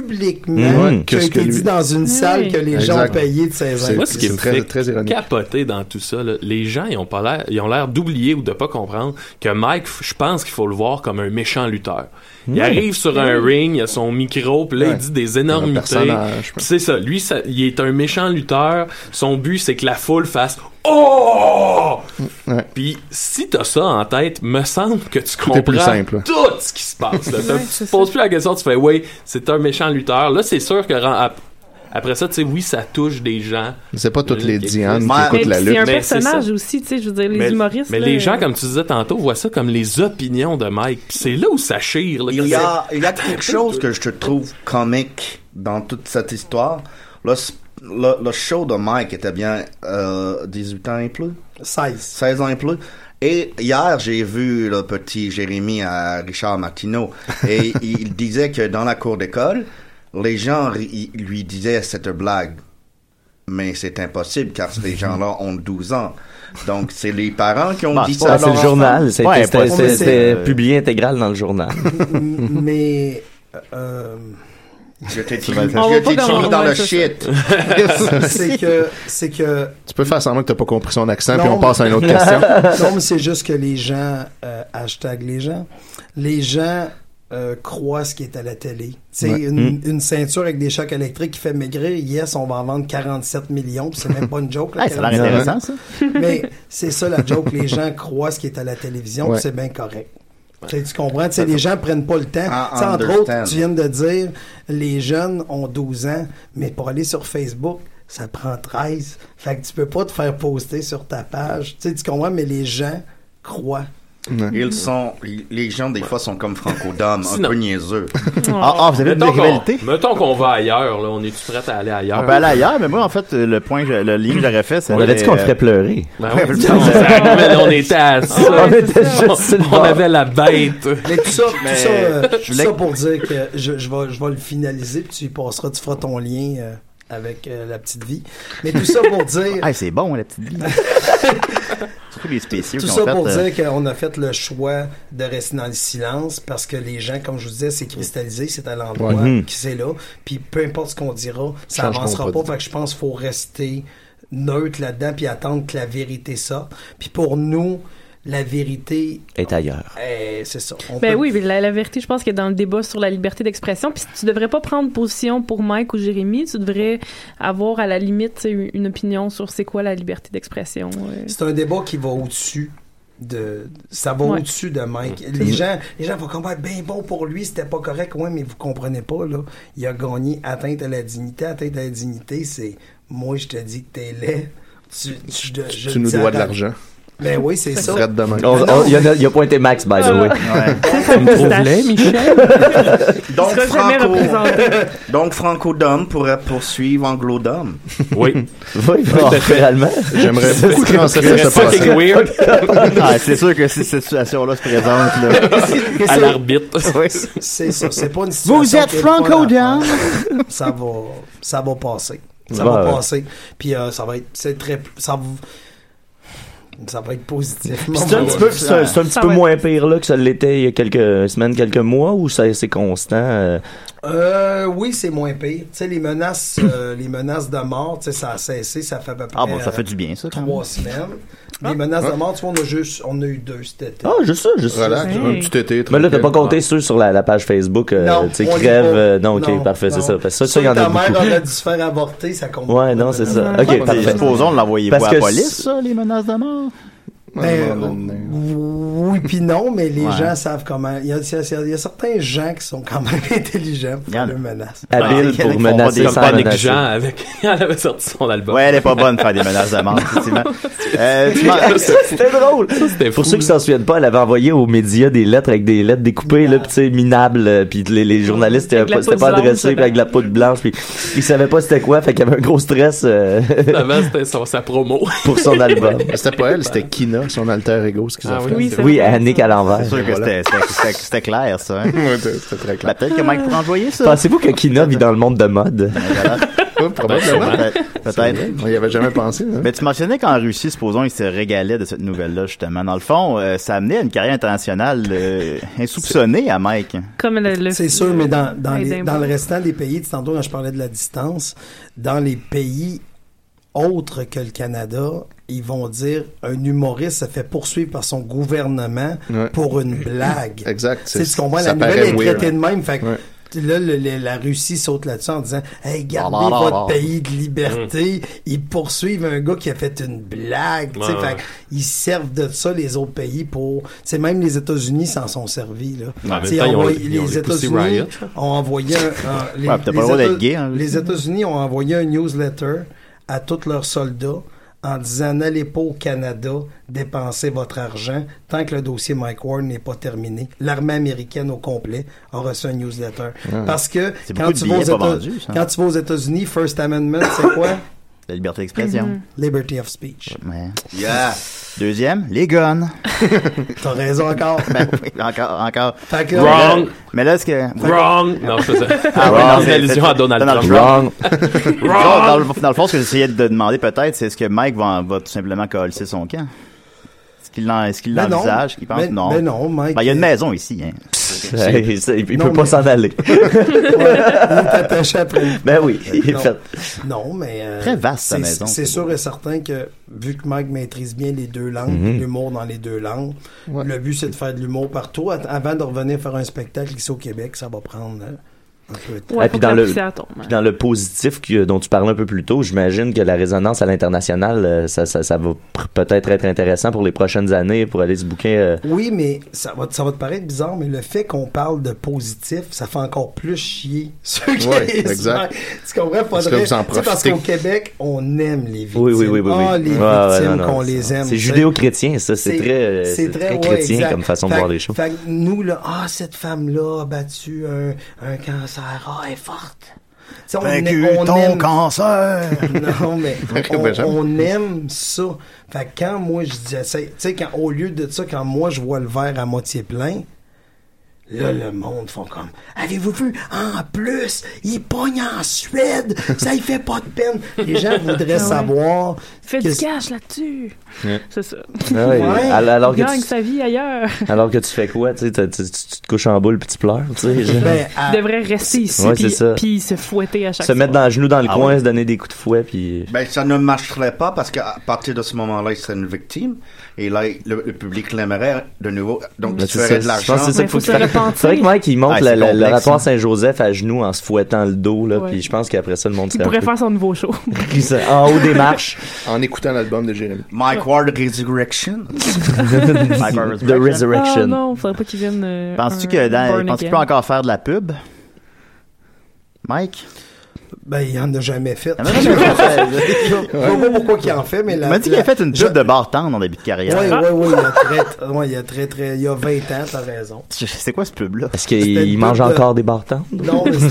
Speaker 9: publiquement
Speaker 7: Mhm.
Speaker 9: que,
Speaker 7: Que ce que
Speaker 9: dit
Speaker 7: lui-
Speaker 9: dans une salle
Speaker 4: Mm.
Speaker 6: oui.
Speaker 9: que les gens
Speaker 7: Exact.
Speaker 9: ont payé de 16 ans.
Speaker 5: Moi, ce qui
Speaker 7: C'est
Speaker 5: me
Speaker 7: très-
Speaker 5: fait
Speaker 7: très ironique.
Speaker 5: capoter dans tout ça, là, les gens, ils ont pas l'air, ils ont l'air d'oublier ou de pas comprendre que Mike, f- je pense qu'il faut le voir comme un méchant lutteur. Il arrive sur un
Speaker 6: Mm.
Speaker 5: ring, il a son micro, puis là,
Speaker 7: Ouais.
Speaker 5: il dit des
Speaker 7: Un
Speaker 5: énormités.
Speaker 7: personnage.
Speaker 5: Puis c'est ça. Lui, ça- il est un méchant lutteur. Son but, c'est que la foule fasse Oh!
Speaker 7: Ouais.
Speaker 5: Puis si t'as ça en tête, me semble que tu
Speaker 7: est
Speaker 5: comprends
Speaker 7: plus simple.
Speaker 5: tout ce qui se passe.
Speaker 6: Ouais,
Speaker 5: là. tu
Speaker 6: c'est
Speaker 5: te
Speaker 6: ça.
Speaker 5: poses plus la question, tu fais oui, c'est un méchant lutteur. Là, c'est sûr que ren- ap- après ça, tu sais, oui, ça touche des gens.
Speaker 7: C'est pas toutes les
Speaker 5: Mais-
Speaker 7: Diane qui
Speaker 8: mais-
Speaker 7: écoutent la
Speaker 6: Mais c'est un
Speaker 7: lutte.
Speaker 5: Mais c'est
Speaker 6: personnage aussi, tu sais, je veux dire, les
Speaker 5: mais,
Speaker 6: humoristes.
Speaker 5: mais
Speaker 6: là, euh,
Speaker 5: les gens, comme tu disais tantôt, voient ça comme les opinions de Mike. Puis c'est là où ça chire. là,
Speaker 8: Il
Speaker 5: que
Speaker 8: y,
Speaker 5: c'est-
Speaker 8: a, il y a quelque chose que je te trouve comique dans toute cette histoire. Le, sp- le, le show de Mike était bien euh, 18 ans et plus,
Speaker 9: 16.
Speaker 8: 16 ans et plus. Et hier, j'ai vu le petit Jérémy à Richard Martineau. Et il disait que dans la cour d'école, les gens ri- ils lui disaient cette blague. Mais c'est impossible car ces gens-là ont 12 ans. Donc, c'est les parents qui ont
Speaker 4: Bah,
Speaker 8: dit
Speaker 4: c'est
Speaker 8: ça.
Speaker 4: pas-
Speaker 8: à
Speaker 4: c'est le
Speaker 8: leur
Speaker 10: le
Speaker 8: enfant.
Speaker 10: journal, c'était
Speaker 4: Ouais, pas-
Speaker 10: c'était-
Speaker 9: mais c'est-
Speaker 10: c'était publié intégral dans le journal.
Speaker 9: M- mais. euh,
Speaker 8: Je t'ai dit,
Speaker 4: On
Speaker 6: va
Speaker 8: je
Speaker 6: pas
Speaker 8: t'ai
Speaker 6: dans-
Speaker 8: dit dans
Speaker 6: ouais,
Speaker 8: le
Speaker 6: c'est ça.
Speaker 8: shit.
Speaker 9: euh, c'est que c'est que
Speaker 7: Tu peux faire semblant que t'as pas compris son accent,
Speaker 9: Non,
Speaker 7: puis on
Speaker 9: mais-
Speaker 7: passe à une autre question.
Speaker 9: non mais c'est juste que les gens euh, hashtag les gens les gens euh, croient ce qui est à la télé. C'est
Speaker 4: Hmm.
Speaker 9: une, une ceinture avec des chocs électriques qui fait maigrir. Yes, on va en vendre 47 millions. puis C'est même pas une joke. la
Speaker 4: Hey, ça a
Speaker 9: 47.
Speaker 4: l'air intéressant, ça.
Speaker 9: Mais c'est ça la joke. Les gens croient ce qui est à la télévision,
Speaker 7: Ouais.
Speaker 9: puis c'est bien correct. Tu sais, tu comprends? Tu sais, les gens prennent pas le temps.
Speaker 8: I
Speaker 9: Tu sais, entre
Speaker 8: understand.
Speaker 9: autres, tu viens de dire, les jeunes ont 12 ans, mais pour aller sur Facebook, ça prend 13. Fait que tu peux pas te faire poster sur ta page. Tu sais, tu comprends? Mais les gens croient.
Speaker 8: Ils sont, les gens des fois sont comme Franco Dame, un
Speaker 5: Sinon.
Speaker 8: peu niaiseux.
Speaker 4: Ah, ah, vous avez de
Speaker 5: Mettons
Speaker 4: la
Speaker 5: qu'on,
Speaker 4: rivalité?
Speaker 5: mettons qu'on va ailleurs, là. On est-tu prêt à aller ailleurs?
Speaker 4: On peut aller ailleurs, mais moi, en fait, le point, que je- le lien que j'aurais fait, c'est... euh,
Speaker 10: On avait dit qu'on le ferait pleurer.
Speaker 5: Ben oui, on, s'arrivait, là, on était à ça.
Speaker 10: On était
Speaker 5: On-
Speaker 10: juste sur le
Speaker 5: on
Speaker 10: bord.
Speaker 5: avait la bête.
Speaker 9: Mais tout ça, tout ça, euh, tout
Speaker 4: voulais-
Speaker 9: ça pour dire que je, je, vais, je vais le finaliser, puis tu y passeras, tu feras ton lien euh, avec euh, la petite vie. Mais tout ça pour dire...
Speaker 4: Ah, c'est bon, la petite bille. Surtout les spéciaux
Speaker 9: Tout
Speaker 4: qu'ils
Speaker 9: ça
Speaker 4: ont fait.
Speaker 9: pour
Speaker 4: euh,
Speaker 9: dire qu'on a fait le choix de rester dans le silence parce que les gens, comme je vous disais, c'est cristallisé, c'est à l'endroit
Speaker 4: Mhm.
Speaker 10: Ouais.
Speaker 9: qui c'est là. Puis peu importe ce qu'on dira, ça
Speaker 7: Changeront
Speaker 9: avancera
Speaker 7: pas
Speaker 9: pas.
Speaker 7: de-
Speaker 9: Fait que je pense qu'il faut rester neutre là-dedans puis attendre que la vérité sorte. Puis pour nous, la vérité
Speaker 4: euh,
Speaker 10: est ailleurs.
Speaker 9: eh, c'est ça. On
Speaker 6: Ben
Speaker 9: peut-
Speaker 6: oui, mais la, la vérité, je pense que dans le débat sur la liberté d'expression, puis tu devrais pas prendre position pour Mike ou Jérémy, tu devrais avoir à la limite tu sais, une une opinion sur c'est quoi la liberté d'expression. euh.
Speaker 9: C'est un débat qui va au-dessus de ça va
Speaker 6: Ouais.
Speaker 9: au-dessus de Mike. Les gens les gens vont combattre ben bon pour lui, c'était pas correct. Oui, mais vous comprenez pas là, il a gagné atteinte à la dignité, atteinte à la dignité, c'est moi je te dis que t'es laid. Tu, tu- je- je
Speaker 7: Tu nous
Speaker 9: dis à
Speaker 7: dois de
Speaker 9: ta-
Speaker 7: l'argent.
Speaker 9: Ben oui, c'est ça.
Speaker 7: Fred
Speaker 4: Ah,
Speaker 7: demain.
Speaker 10: On- on- Il y a, il y a pointé Max, by the way.
Speaker 8: Donc,
Speaker 6: Tu seras jamais
Speaker 8: Franco,
Speaker 6: représenté.
Speaker 8: donc Franco-Dom pourrait poursuivre Anglo-Dom.
Speaker 5: Oui.
Speaker 10: Oui, littéralement.
Speaker 7: J'aimerais beaucoup transcrire ce
Speaker 5: C'est fucking
Speaker 7: passage.
Speaker 5: weird
Speaker 4: Ah, c'est sûr que si cette situation-là se présente, là.
Speaker 5: à l'arbitre.
Speaker 9: C'est ça, c'est pas une situation.
Speaker 4: êtes
Speaker 9: qui est pas
Speaker 4: franco-dame.
Speaker 9: d'affaires. Ça va, ça va passer. Ça
Speaker 10: Ouais,
Speaker 9: va
Speaker 10: ouais.
Speaker 9: passer. Puis euh, ça va être, c'est très, ça va, ça va être positif.
Speaker 10: Puis C'est un petit peu, c'est un- c'est un petit
Speaker 6: Ça
Speaker 10: peu
Speaker 6: va être-
Speaker 10: moins pire là que ça l'était il y a quelques semaines, quelques mois, ou ça- c'est constant? euh,
Speaker 9: Euh, oui, c'est moins pire. Tu sais, les menaces, euh, les menaces de mort, tu sais, ça a cessé, ça fait à peu près.
Speaker 4: Ah bon, ça
Speaker 9: euh,
Speaker 4: fait du bien,
Speaker 10: hein?
Speaker 4: ça, quand même.
Speaker 9: Trois semaines. Les menaces de mort, tu vois, on a juste, on a eu deux cet été.
Speaker 10: Ah, juste ça, juste ça.
Speaker 7: Relax, un
Speaker 6: Hey.
Speaker 7: petit été.
Speaker 10: Mais là, t'as pas
Speaker 7: tranquille.
Speaker 10: compté ceux sur la, la page Facebook, euh,
Speaker 9: Non,
Speaker 10: tu sais,
Speaker 9: on
Speaker 10: qui
Speaker 9: les
Speaker 10: crèvent.
Speaker 9: pas.
Speaker 10: euh, non, ok,
Speaker 9: Non,
Speaker 10: parfait, c'est
Speaker 9: non.
Speaker 10: ça. Parce que ça, ça, il y en
Speaker 9: ta
Speaker 10: a
Speaker 9: mère,
Speaker 10: beaucoup.
Speaker 9: elle a dû se faire avorter, ça compte.
Speaker 10: Ouais, non, c'est ça.
Speaker 6: Ouais.
Speaker 10: Ok,
Speaker 4: Puis,
Speaker 10: parfait.
Speaker 4: Supposons l'envoyer pas
Speaker 10: Parce
Speaker 4: à la
Speaker 10: que
Speaker 4: police,
Speaker 10: c'est-
Speaker 4: ça, les menaces de mort.
Speaker 9: Ben,
Speaker 7: Ouais, ouais,
Speaker 9: oui, puis non, mais les
Speaker 4: Ouais.
Speaker 9: gens savent comment. Il y, a, il y a- il y a certains gens qui sont quand même intelligents pour
Speaker 4: Il y en a.
Speaker 9: les menaces.
Speaker 10: Habile
Speaker 4: Ah,
Speaker 10: pour
Speaker 4: ils font pas des-
Speaker 10: menacer
Speaker 4: comme
Speaker 10: sans
Speaker 5: Pas
Speaker 10: menacer.
Speaker 5: négligent avec. Elle avait sorti son album.
Speaker 4: Ouais, elle est pas bonne de faire des menaces de mort, effectivement. Euh, tu m'en-
Speaker 10: C'était drôle.
Speaker 5: C'était
Speaker 10: Pour
Speaker 5: fou,
Speaker 10: ceux qui
Speaker 5: là.
Speaker 10: s'en souviennent pas, elle avait envoyé aux médias des lettres avec des lettres découpées, là, pis tu sais, minables, euh, pis les, les journalistes
Speaker 6: Avec
Speaker 10: étaient pas,
Speaker 6: la
Speaker 10: c'était
Speaker 6: peau
Speaker 10: pas
Speaker 6: blanche,
Speaker 10: adressés, pis avec de la peau de blanche, pis ils savaient pas c'était quoi, fait qu'il y avait un gros stress euh,
Speaker 5: Avant, c'était son- sa promo.
Speaker 10: pour son album.
Speaker 7: Mais C'était pas elle, c'était Kina, son alter ego, ce qu'ils
Speaker 5: Ah
Speaker 7: ont
Speaker 5: oui.
Speaker 7: fait.
Speaker 6: Oui, c'est
Speaker 10: Oui,
Speaker 6: vrai.
Speaker 10: Annick à l'envers.
Speaker 4: C'est sûr que c'était- c'était- c'était c'était clair, ça. hein.
Speaker 7: Ouais, C'était très
Speaker 4: Bah,
Speaker 7: clair.
Speaker 4: Peut-être que Mike pourrait envoyer ça. Ben,
Speaker 10: Pensez-vous que Kina vit dans le monde de mode? Ben,
Speaker 7: Ouais, probablement.
Speaker 4: Peut-être. peut-être.
Speaker 7: On y avait jamais pensé. hein.
Speaker 4: Mais Ben, tu mentionnais qu'en Russie, supposons, ils se régalaient de cette nouvelle-là, justement. Dans le fond, euh, ça amenait à une carrière internationale euh, insoupçonnée à Mike.
Speaker 6: Comme le, ben le-
Speaker 9: C'est sûr, mais dans, dans, les-
Speaker 6: Édimbourg.
Speaker 9: dans le restant des pays, tu sais, tantôt quand je parlais de la distance, dans les pays autres que le Canada, ils vont dire un humoriste se fait poursuivre par son gouvernement
Speaker 7: Ouais.
Speaker 9: pour une blague.
Speaker 10: Ben,
Speaker 7: Exact.
Speaker 9: Tu sais,
Speaker 7: c'est-
Speaker 9: tu comprends,
Speaker 7: ça
Speaker 9: la nouvelle
Speaker 7: paraît
Speaker 9: est
Speaker 7: weird.
Speaker 5: hein.
Speaker 9: traitée de même. Fait que
Speaker 7: Ouais.
Speaker 9: là, le- le- la Russie saute là-dessus en disant Hey, gardez
Speaker 4: Ah, bah, bah,
Speaker 9: votre
Speaker 4: bah.
Speaker 9: pays de liberté. Ils poursuivent un gars qui a fait une blague. tu sais.
Speaker 5: Ouais,
Speaker 9: Fait
Speaker 5: ouais.
Speaker 9: que ils servent de ça, les autres pays, pour. Tu sais, même les États-Unis s'en sont servis. Là.
Speaker 5: en même
Speaker 9: Tu sais,
Speaker 5: temps, ils ont
Speaker 9: envoyé-
Speaker 5: les- ils ont
Speaker 9: les
Speaker 5: les Pussy
Speaker 9: États-Unis
Speaker 5: Riot.
Speaker 9: ont envoyé un. un- les,
Speaker 4: Ouais, t'as pas le
Speaker 9: les
Speaker 4: droit d'être
Speaker 9: États-
Speaker 4: gay, hein.
Speaker 9: Les États-Unis ont envoyé un newsletter à tous leurs soldats en disant n'allez pas au Canada dépenser votre argent tant que le dossier Mike Ward n'est pas terminé. L'armée américaine au complet a reçu un newsletter. Parce que
Speaker 4: C'est
Speaker 9: quand
Speaker 4: beaucoup de
Speaker 9: tu, vas aux
Speaker 4: billets pas
Speaker 9: États-
Speaker 4: vendus, ça.
Speaker 9: quand tu vas aux États-Unis, First Amendment, c'est quoi?
Speaker 4: La liberté d'expression.
Speaker 9: Liberty of speech.
Speaker 4: Ouais.
Speaker 8: Yeah!
Speaker 4: Deuxième, les guns.
Speaker 9: T'as raison encore.
Speaker 4: Ben oui, encore, encore.
Speaker 9: Fait que là,
Speaker 5: Wrong.
Speaker 4: Mais là, ce que...
Speaker 5: Wrong. Non, je faisais.
Speaker 4: Ah ouais, non,
Speaker 5: une
Speaker 4: c'est-
Speaker 5: allusion
Speaker 4: c'est-
Speaker 5: à Donald
Speaker 4: Donald
Speaker 5: Trump.
Speaker 10: Wrong.
Speaker 4: Dans, le, dans le fond, ce que j'essayais de demander peut-être, c'est est-ce que Mike va, va tout simplement colisser son camp? Est-ce qu'il l'en- est-ce qu'il
Speaker 9: Ben non.
Speaker 4: l'envisage? Il pense
Speaker 9: Ben-
Speaker 4: non.
Speaker 9: ben non, Mike.
Speaker 4: Ben, il y a une maison ici. Hein.
Speaker 10: Hey, ça, il il
Speaker 9: Non,
Speaker 10: peut pas
Speaker 9: mais-
Speaker 10: s'en aller.
Speaker 9: on t'attache après une
Speaker 10: Ben oui, il est
Speaker 9: Non.
Speaker 10: fait.
Speaker 9: Non, mais. euh,
Speaker 4: Très vaste, sa
Speaker 9: c'est-
Speaker 4: maison.
Speaker 9: C'est sûr et certain que, vu que Mike maîtrise bien les deux langues, l'humour dans les deux langues, le but c'est de faire de l'humour partout. At- Avant de revenir faire un spectacle ici au Québec, ça va prendre euh, un peu de temps.
Speaker 6: Ouais,
Speaker 10: Ah, puis
Speaker 6: faut que
Speaker 10: dans
Speaker 6: la
Speaker 10: le-
Speaker 6: poussière tombe, hein.
Speaker 10: Puis dans le positif que- dont tu parlais un peu plus tôt, j'imagine que la résonance à l'international, euh, ça, ça, ça va pr- peut-être être intéressant pour les prochaines années, pour aller se bouquer. euh,
Speaker 9: Oui, mais ça va, te- ça va te paraître bizarre, mais le fait qu'on parle de positif, ça fait encore plus chier ceux qui
Speaker 7: Ouais,
Speaker 9: les
Speaker 7: exact.
Speaker 9: font. Tu comprends? Faudrait,
Speaker 7: Parce que vous en
Speaker 9: tu sais, parce
Speaker 7: profitez.
Speaker 9: qu'au Québec, on aime les victimes.
Speaker 10: Oui, oui, oui, oui. oui.
Speaker 9: Ah, les
Speaker 10: Ouais, ouais,
Speaker 9: victimes
Speaker 10: non, non,
Speaker 9: qu'on
Speaker 10: c'est-
Speaker 9: les aime.
Speaker 10: C'est
Speaker 9: tu sais.
Speaker 10: judéo-chrétien, ça. C'est très, euh, c'est très
Speaker 9: ouais,
Speaker 10: chrétien
Speaker 9: exact.
Speaker 10: comme façon de
Speaker 9: Fait-
Speaker 10: voir les choses.
Speaker 9: Fait que nous, là, ah, cette femme-là a battu un, un cancer, ah, elle est forte. Tu sais,
Speaker 4: Vaincu
Speaker 9: a-
Speaker 4: ton cancer!
Speaker 9: non, mais
Speaker 7: ben,
Speaker 9: on,
Speaker 7: j'aime.
Speaker 9: on aime ça. Fait que quand moi, je dis, tu sais, quand, au lieu de ça, quand moi, je vois le verre à moitié plein, Là, le monde font comme Avez-vous vu En plus, il pogne en Suède, ça y fait pas de peine. Les gens voudraient
Speaker 6: Ah ouais.
Speaker 9: savoir.
Speaker 6: Fais du
Speaker 9: Qu'est-ce-
Speaker 6: cash là-dessus.
Speaker 10: Ouais.
Speaker 6: C'est ça.
Speaker 10: Ah ouais.
Speaker 9: Ouais.
Speaker 10: Al- Alors, que
Speaker 6: Gagne
Speaker 10: tu,
Speaker 6: sa vie ailleurs.
Speaker 10: alors que tu fais quoi? Tu, sais, tu, tu- tu te couches en boule puis tu pleures. tu sais, genre.
Speaker 9: Ben, à-
Speaker 6: Il devrait rester ici
Speaker 10: Ouais, c'est
Speaker 6: puis,
Speaker 10: ça.
Speaker 6: puis se fouetter à chaque
Speaker 10: se mettre dans
Speaker 6: soir.
Speaker 10: le genou dans le
Speaker 4: Ah
Speaker 10: coin,
Speaker 4: ouais.
Speaker 10: se donner des coups de fouet. Puis...
Speaker 8: Ben, ça ne marcherait pas parce qu'à partir de ce moment-là, il serait une victime. Et là, le, le public l'aimerait de nouveau. Donc,
Speaker 10: Ben,
Speaker 8: tu
Speaker 10: c'est ça.
Speaker 8: ferais de
Speaker 10: Je pense que
Speaker 8: l'argent.
Speaker 10: c'est ça
Speaker 6: Mais
Speaker 10: qu'il faut
Speaker 6: faut se
Speaker 10: faire.
Speaker 6: repentir.
Speaker 10: C'est vrai que Mike, il monte
Speaker 7: Ah,
Speaker 4: Ouais,
Speaker 10: la-
Speaker 4: c'est
Speaker 10: la-
Speaker 4: complexe,
Speaker 10: l'oratoire
Speaker 4: hein.
Speaker 10: Saint-Joseph à genoux en se fouettant le dos. Là,
Speaker 6: Ouais.
Speaker 10: Puis je pense qu'après ça, le monde
Speaker 6: Il
Speaker 10: serait un
Speaker 6: pourrait
Speaker 10: peu
Speaker 6: faire son nouveau show.
Speaker 10: pris en haut des marches.
Speaker 7: En écoutant l'album de Jérémy.
Speaker 8: Mike Ward Resurrection.
Speaker 10: The
Speaker 6: Ah
Speaker 10: Resurrection.
Speaker 6: non, faudrait pas qu'il vienne. euh,
Speaker 4: Penses-tu
Speaker 6: un
Speaker 4: que dans,
Speaker 6: Born
Speaker 4: penses-tu qu'il peut
Speaker 6: Again.
Speaker 4: encore faire de la pub? Mike?
Speaker 9: ben, il en a jamais fait.
Speaker 4: Il m'a
Speaker 9: Je vois pas pourquoi qu'il en fait, mais la.
Speaker 4: dit qu'il a
Speaker 9: la-
Speaker 4: fait une
Speaker 9: Je-
Speaker 4: pub de bar tendre en début de carrière.
Speaker 9: Ouais, ouais, ouais, il y a très, ouais, il y a très, très, il y a 20 ans, t'as raison.
Speaker 4: Je- C'est quoi ce pub-là?
Speaker 10: Est-ce
Speaker 9: C'était
Speaker 10: qu'il
Speaker 9: une
Speaker 10: mange
Speaker 9: pub de-
Speaker 10: encore des bartons?
Speaker 9: Non, mais c'était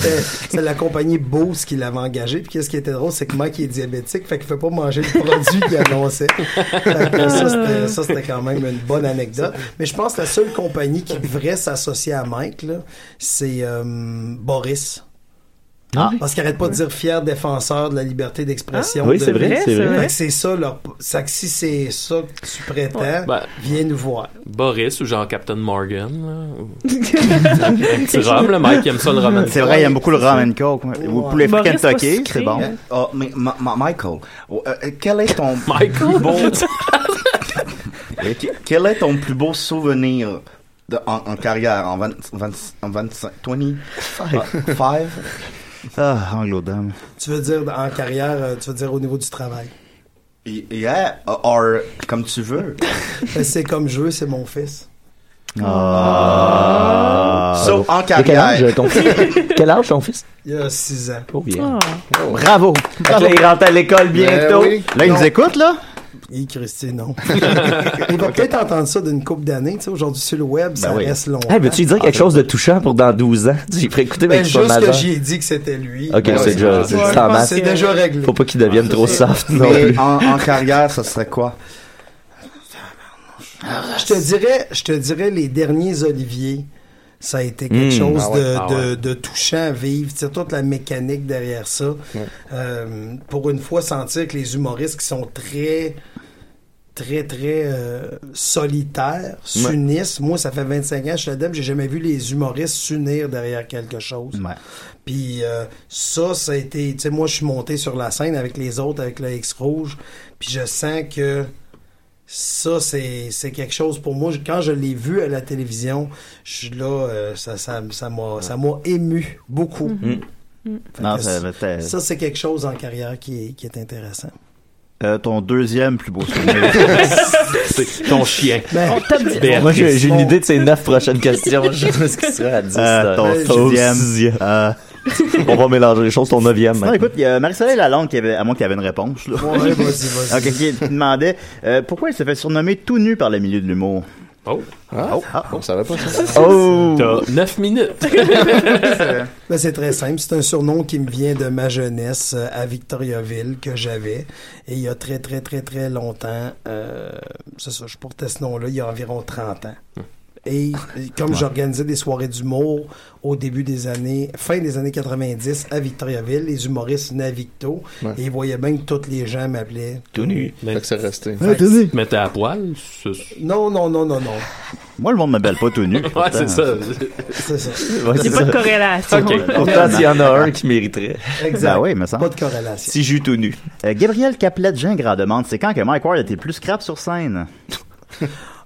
Speaker 9: c'est la compagnie Bose qui l'avait engagé. Puis qu'est-ce qui était drôle, c'est que Mike il est diabétique, fait qu'il ne fait pas manger le produit qu'il annonçait. Fait que ça, c'était- ça, c'était quand même une bonne anecdote. Mais je pense que la seule compagnie qui devrait s'associer à Mike, là, c'est euh, Boris.
Speaker 4: Ah.
Speaker 9: Parce qu'il arrête pas de dire fier défenseur de la liberté d'expression.
Speaker 10: Oui,
Speaker 9: de-
Speaker 10: c'est vrai, c'est vrai.
Speaker 9: Fait que c'est ça, leur... ça que si c'est ça que tu prétends,
Speaker 5: Ben,
Speaker 9: viens nous voir.
Speaker 5: Boris ou genre Captain Morgan. Là, ou- un petit rhum, là, Mike il aime ça le rhum.
Speaker 4: C'est vrai, il aime beaucoup le rum and coke. ouais.
Speaker 9: Ouais.
Speaker 4: Ou pour les
Speaker 6: Maurice, pas
Speaker 4: Kentucky,
Speaker 6: sucré,
Speaker 4: c'est bon.
Speaker 6: hein.
Speaker 8: Oh, mais Ma- Ma- Michael, oh, euh, euh, quel est ton
Speaker 5: Michael, bon,
Speaker 8: Que- quel est ton plus beau souvenir de- en, en carrière en 20, 20, en 25, 20, euh, five?
Speaker 4: Ah, anglo-dame.
Speaker 9: Tu veux dire en carrière, euh, tu veux dire au niveau du travail.
Speaker 8: Y- Yeah, or comme tu veux.
Speaker 9: Ben, c'est comme je veux, c'est mon fils.
Speaker 6: Ah.
Speaker 10: Ah,
Speaker 4: Ah.
Speaker 8: so, en
Speaker 10: De quel âge
Speaker 8: carrière.
Speaker 10: ton fils? quel âge ton fils?
Speaker 9: Il y a six ans.
Speaker 10: Oh, bien.
Speaker 6: Ah.
Speaker 4: Bravo!
Speaker 10: Fait que là, il rentre à l'école
Speaker 7: Ben
Speaker 10: bientôt.
Speaker 7: oui.
Speaker 4: Là, il
Speaker 9: Non.
Speaker 4: nous écoute, là?
Speaker 9: Il Christy, non. Il va peut-être entendre ça d'une coupe d'années. Tu sais, aujourd'hui, sur le web, ça
Speaker 4: oui.
Speaker 9: reste longtemps.
Speaker 10: Ben Hey, veux-tu lui
Speaker 4: Ah,
Speaker 10: dire quelque chose de touchant pour dans 12 ans? Tu ferais écouter
Speaker 9: Ben,
Speaker 10: avec son
Speaker 9: juste
Speaker 10: majeur.
Speaker 9: que j'y ai dit que c'était lui.
Speaker 10: Ok,
Speaker 9: Ouais,
Speaker 10: c'est déjà,
Speaker 9: c'est-
Speaker 10: c'est juste en masse.
Speaker 9: C'est déjà réglé.
Speaker 10: Faut pas qu'il
Speaker 7: Ah,
Speaker 10: devienne trop soft non
Speaker 8: Mais
Speaker 10: plus.
Speaker 8: en, en carrière, ça serait quoi?
Speaker 9: Je te dirais, je te dirais les derniers Olivier. Ça a été quelque
Speaker 10: Hmm,
Speaker 9: chose
Speaker 5: ah ouais,
Speaker 9: de,
Speaker 5: ah
Speaker 9: de-
Speaker 5: ouais.
Speaker 9: de touchant à vivre. Tu sais, toute la mécanique derrière ça. Euh, pour une fois, sentir que les humoristes qui sont très, très, très euh, solitaires s'unissent. Moi, ça fait 25 ans que je suis là-dedans, puis j'ai jamais vu les humoristes s'unir derrière quelque chose.
Speaker 4: Ouais.
Speaker 9: Puis euh, ça, ça a été... Tu sais, moi, je suis monté sur la scène avec les autres, avec le X-Rouge, puis je sens que ça, c'est c'est quelque chose pour moi. Je- Quand je l'ai vu à la télévision, je suis là, euh, ça ça ça m'a ça m'a ému beaucoup. Fait
Speaker 4: Non,
Speaker 9: que
Speaker 4: ça- euh,
Speaker 9: ça,
Speaker 4: c'était-
Speaker 9: ça, Mm. c'est quelque chose en carrière qui est, qui est intéressant.
Speaker 4: Euh, ton deuxième plus beau souvenir.
Speaker 5: c'est ton chien.
Speaker 9: Ben,
Speaker 6: Top 10.
Speaker 5: Ben,
Speaker 10: Moi, j'ai j'ai une
Speaker 9: Bon.
Speaker 10: idée de ces 9 prochaines questions. Je sais pas ce qui sera à 10.
Speaker 4: Euh, ton
Speaker 9: Ben,
Speaker 4: sixième.
Speaker 10: sixième.
Speaker 4: Euh,
Speaker 10: On va mélanger les choses. Ton hein. 9e.
Speaker 4: non, écoute, il y a Marie-Soleil Lalonde qui avait, à moins qu'il y avait une réponse, là.
Speaker 9: ouais, vas-y, vas-y.
Speaker 4: Ok, qui qui demandait euh, pourquoi il se fait surnommer tout nu par le milieu de l'humour.
Speaker 5: Oh,
Speaker 7: Ah, on savait pas ça.
Speaker 10: Oh!
Speaker 5: t'as 9 minutes.
Speaker 9: Ben, c'est très simple. C'est un surnom qui me vient de ma jeunesse euh, à Victoriaville que j'avais. Et il y a très, très, très, très longtemps, euh, c'est ça, je portais ce nom-là il y a environ 30 ans.
Speaker 4: Hum.
Speaker 9: Et euh, comme j'organisais des soirées d'humour au début des années, fin des années 90 à Victoriaville, les humoristes venaient à Victo,
Speaker 7: Ouais.
Speaker 9: et ils voyaient bien que toutes les gens m'appelaient.
Speaker 5: Tout nu.
Speaker 7: Fait que c'est resté.
Speaker 9: Fait que-
Speaker 5: Tu te mettais à poil. c'est- Ouais,
Speaker 9: Non, non, non, non, non.
Speaker 4: Moi, le monde m'appelle pas tout nu. pourtant.
Speaker 5: c'est ça.
Speaker 9: C'est ça.
Speaker 10: Ouais,
Speaker 6: Il
Speaker 10: c'est
Speaker 6: n'y a pas
Speaker 10: ça.
Speaker 6: de corrélation.
Speaker 10: Pourtant, s'il y en a un qui mériterait.
Speaker 9: Exact.
Speaker 4: Ben oui, me semble.
Speaker 9: Pas de corrélation.
Speaker 10: Si j'eus tout nu.
Speaker 4: Euh, Gabriel Caplette-Gingras demande c'est quand que Mike Ward était plus scrap sur scène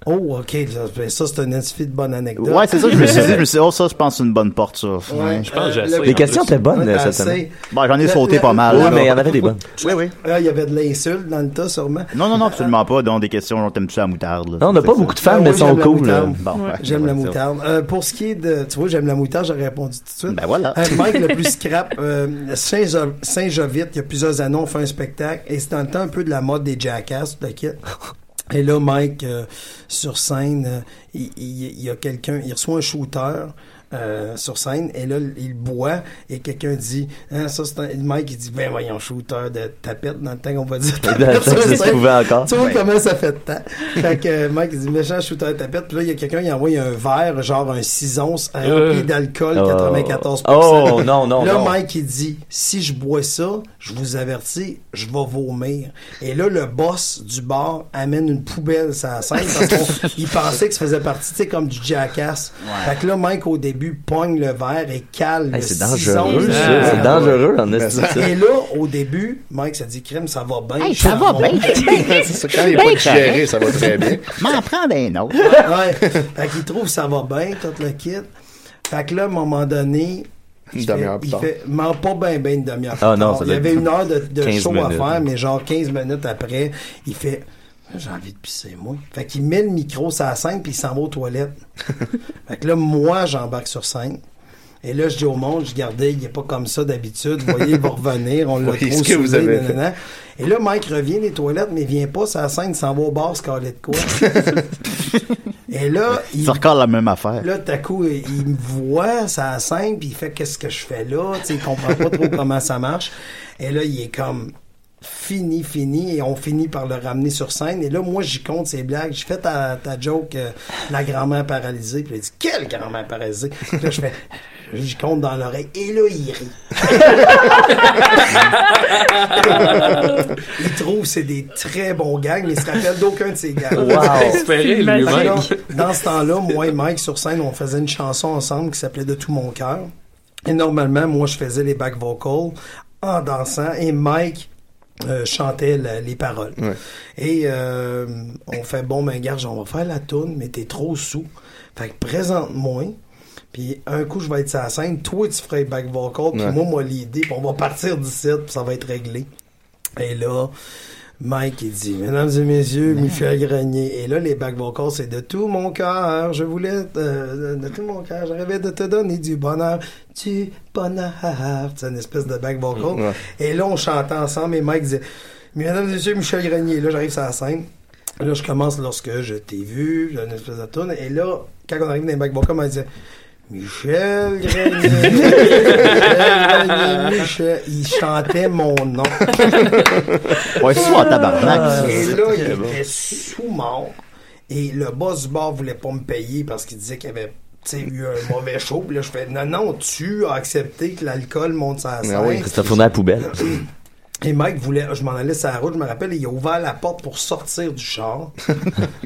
Speaker 9: Oh, OK. là, ben ça, c'est un institut de bonne anecdote.
Speaker 4: Ouais, c'est ça, je me suis dit, je me suis dit, oh, ça, je pense, c'est une bonne porte, ça.
Speaker 9: Ouais,
Speaker 5: Je pense que j'ai
Speaker 9: euh,
Speaker 5: assez.
Speaker 9: le-
Speaker 10: Les questions étaient bonnes
Speaker 4: euh,
Speaker 9: Ouais,
Speaker 10: cette
Speaker 9: assez.
Speaker 10: semaine.
Speaker 4: Bon, j'en ai
Speaker 9: La-
Speaker 4: sauté
Speaker 9: la-
Speaker 4: pas mal.
Speaker 9: la-
Speaker 10: Oui,
Speaker 4: là.
Speaker 10: mais il y en avait des bonnes.
Speaker 4: Oui, oui.
Speaker 9: Ah, il y avait de l'insulte dans le tas, sûrement.
Speaker 4: Non, non, non, absolument pas. Donc, des questions, genre, t'aimes-tu la moutarde? là?
Speaker 10: Non, on n'a
Speaker 4: C'est
Speaker 10: pas
Speaker 4: ça.
Speaker 10: beaucoup de femmes,
Speaker 9: Ah
Speaker 10: mais
Speaker 9: oui,
Speaker 10: sont
Speaker 9: j'aime la
Speaker 10: cool. là.
Speaker 9: moutarde.
Speaker 4: Bon, ouais,
Speaker 9: J'aime la
Speaker 4: Ah, ouais,
Speaker 9: moutarde. Euh, pour ce qui est de. Tu vois, j'aime la moutarde, j'aurais répondu tout de
Speaker 4: ça.
Speaker 9: suite.
Speaker 4: Ben voilà.
Speaker 9: Euh, Mike, le plus scrap, euh, Saint-Jo- Saint-Jovite, il y a plusieurs années, on fait un spectacle, et c'est dans le temps un peu de la mode des jackass, tout le kit. Et là, Mike, euh, sur scène, euh, il, il- il y a quelqu'un, il reçoit un shooter, euh, sur scène et là il boit et quelqu'un dit Hein, ça c'est un... Mike il dit ben voyons shooter de tapette dans le temps qu'on va dire
Speaker 10: Dans
Speaker 4: Ben,
Speaker 10: le
Speaker 9: tapette
Speaker 10: temps que
Speaker 9: sur
Speaker 10: ça se
Speaker 9: scène.
Speaker 10: pouvait encore.
Speaker 9: tu vois comment ça fait de temps fait que euh, Mike il dit méchant shooter de tapette puis là il y a quelqu'un il envoie un verre genre un 6 onces rempli
Speaker 5: Euh.
Speaker 9: d'alcool
Speaker 10: Oh.
Speaker 9: 94%
Speaker 10: Oh, non, non,
Speaker 9: là
Speaker 10: non.
Speaker 9: Mike il dit si je bois ça je vous avertis je vais vomir et là le boss du bar amène une poubelle sur la scène parce qu'il pensait que ça faisait partie tu sais comme du jackass fait que là Mike au début pogne le verre et cale
Speaker 10: Hey,
Speaker 9: le
Speaker 10: c'est
Speaker 9: six
Speaker 10: dangereux,
Speaker 9: onces.
Speaker 10: ça. C'est
Speaker 9: Ouais.
Speaker 10: dangereux, en est ça.
Speaker 9: Et là, au début, Mike s'est dit, crime, ça va bien.
Speaker 4: Hey,
Speaker 9: je
Speaker 4: ça
Speaker 9: suis
Speaker 4: va
Speaker 9: en
Speaker 4: bien.
Speaker 9: montagne.
Speaker 7: C'est ça, quand il n'y a pas de géré, ça va très bien.
Speaker 4: M'en prends des notes.
Speaker 9: ouais. Fait qu'il trouve ça va bien, tout le kit. Fait que là, à un moment donné,
Speaker 7: Une
Speaker 9: il fait-
Speaker 7: demi-heure plus
Speaker 9: il
Speaker 7: tard.
Speaker 9: fait, ment pas bien, bien une demi-heure. plus
Speaker 10: Ah non,
Speaker 9: tard.
Speaker 10: ça
Speaker 9: il y
Speaker 10: doit
Speaker 9: avait
Speaker 10: être
Speaker 9: une heure de, de
Speaker 10: 15
Speaker 9: show
Speaker 10: minutes.
Speaker 9: à faire, mais genre 15 minutes après, il fait, Ah, j'ai envie de pisser, moi. Fait qu'il met le micro sur la scène, puis il s'en va aux toilettes. fait que là, moi, j'embarque sur scène. Et là, je dis au monde, je gardais, il n'est pas comme ça d'habitude. Vous voyez, il va revenir, on l'a
Speaker 7: Voyez
Speaker 9: trop
Speaker 7: ce que vous
Speaker 9: saoulé,
Speaker 7: avez fait.
Speaker 9: nanana. Et là, Mike revient des toilettes, mais il vient pas sur la scène, il s'en va au bar, ce carré de quoi. Et là, il,
Speaker 4: C'est encore la même affaire.
Speaker 9: là, tout à coup, il il me voit, ça la scène, puis il fait qu'est-ce que je fais là, tu sais, il comprend pas trop comment ça marche. Et là, il est comme fini, fini, et on finit par le ramener sur scène. Et là, moi, j'y compte ces blagues. Je fais ta, ta joke, euh, la grand-mère paralysée, puis il dit, quelle grand-mère paralysée? Puis là, je fais, j'y compte dans l'oreille. Et là, il rit. il trouve que c'est des très bons gags, mais il se rappelle d'aucun de ces gags.
Speaker 5: Ah, Espérer lui-même.
Speaker 9: Sinon, dans ce temps-là, moi et Mike sur scène, on faisait une chanson ensemble qui s'appelait De tout mon cœur. Et normalement, moi, je faisais les back vocals en dansant et Mike euh, chantait la- les paroles. Et euh, on fait bon, ben garde, on va faire la toune, mais t'es trop sous. Fait que présente-moi. Puis un coup, je vais être sur la scène, toi, tu ferais les back vocals, puis
Speaker 7: Ouais.
Speaker 9: moi, moi, l'idée, puis on va partir d'ici, puis ça va être réglé. Et là, Mike, il dit, Mesdames et messieurs, Michel Grenier. Et là, les back vocals, c'est de tout mon cœur, je voulais, euh, de tout mon cœur, je rêvais de te donner du bonheur, du bonheur. C'est une espèce de back vocal.
Speaker 7: Ouais.
Speaker 9: Et là, on chantait ensemble et Mike disait, Mesdames et messieurs, Michel Grenier. Et là, j'arrive sur la scène. Et Là, je commence lorsque je t'ai vu, j'ai une espèce de tourne. Et là, quand on arrive dans les back vocals, on disait, Michel Grenier, Michel Grenier, Michel. Il chantait mon nom.
Speaker 4: Ouais, Ah, c'est soit en tabarnak.
Speaker 9: Et là, il était sous-mort. Et le boss du bar voulait pas me payer parce qu'il disait qu'il avait tu sais, eu un mauvais show. Puis là, je fais non, non, tu as accepté que l'alcool monte sa scène.
Speaker 7: Ah oui.
Speaker 10: Ça tourné à la poubelle.
Speaker 9: Et Mike voulait, je m'en allais sur la route, je me rappelle, il a ouvert la porte pour sortir du char.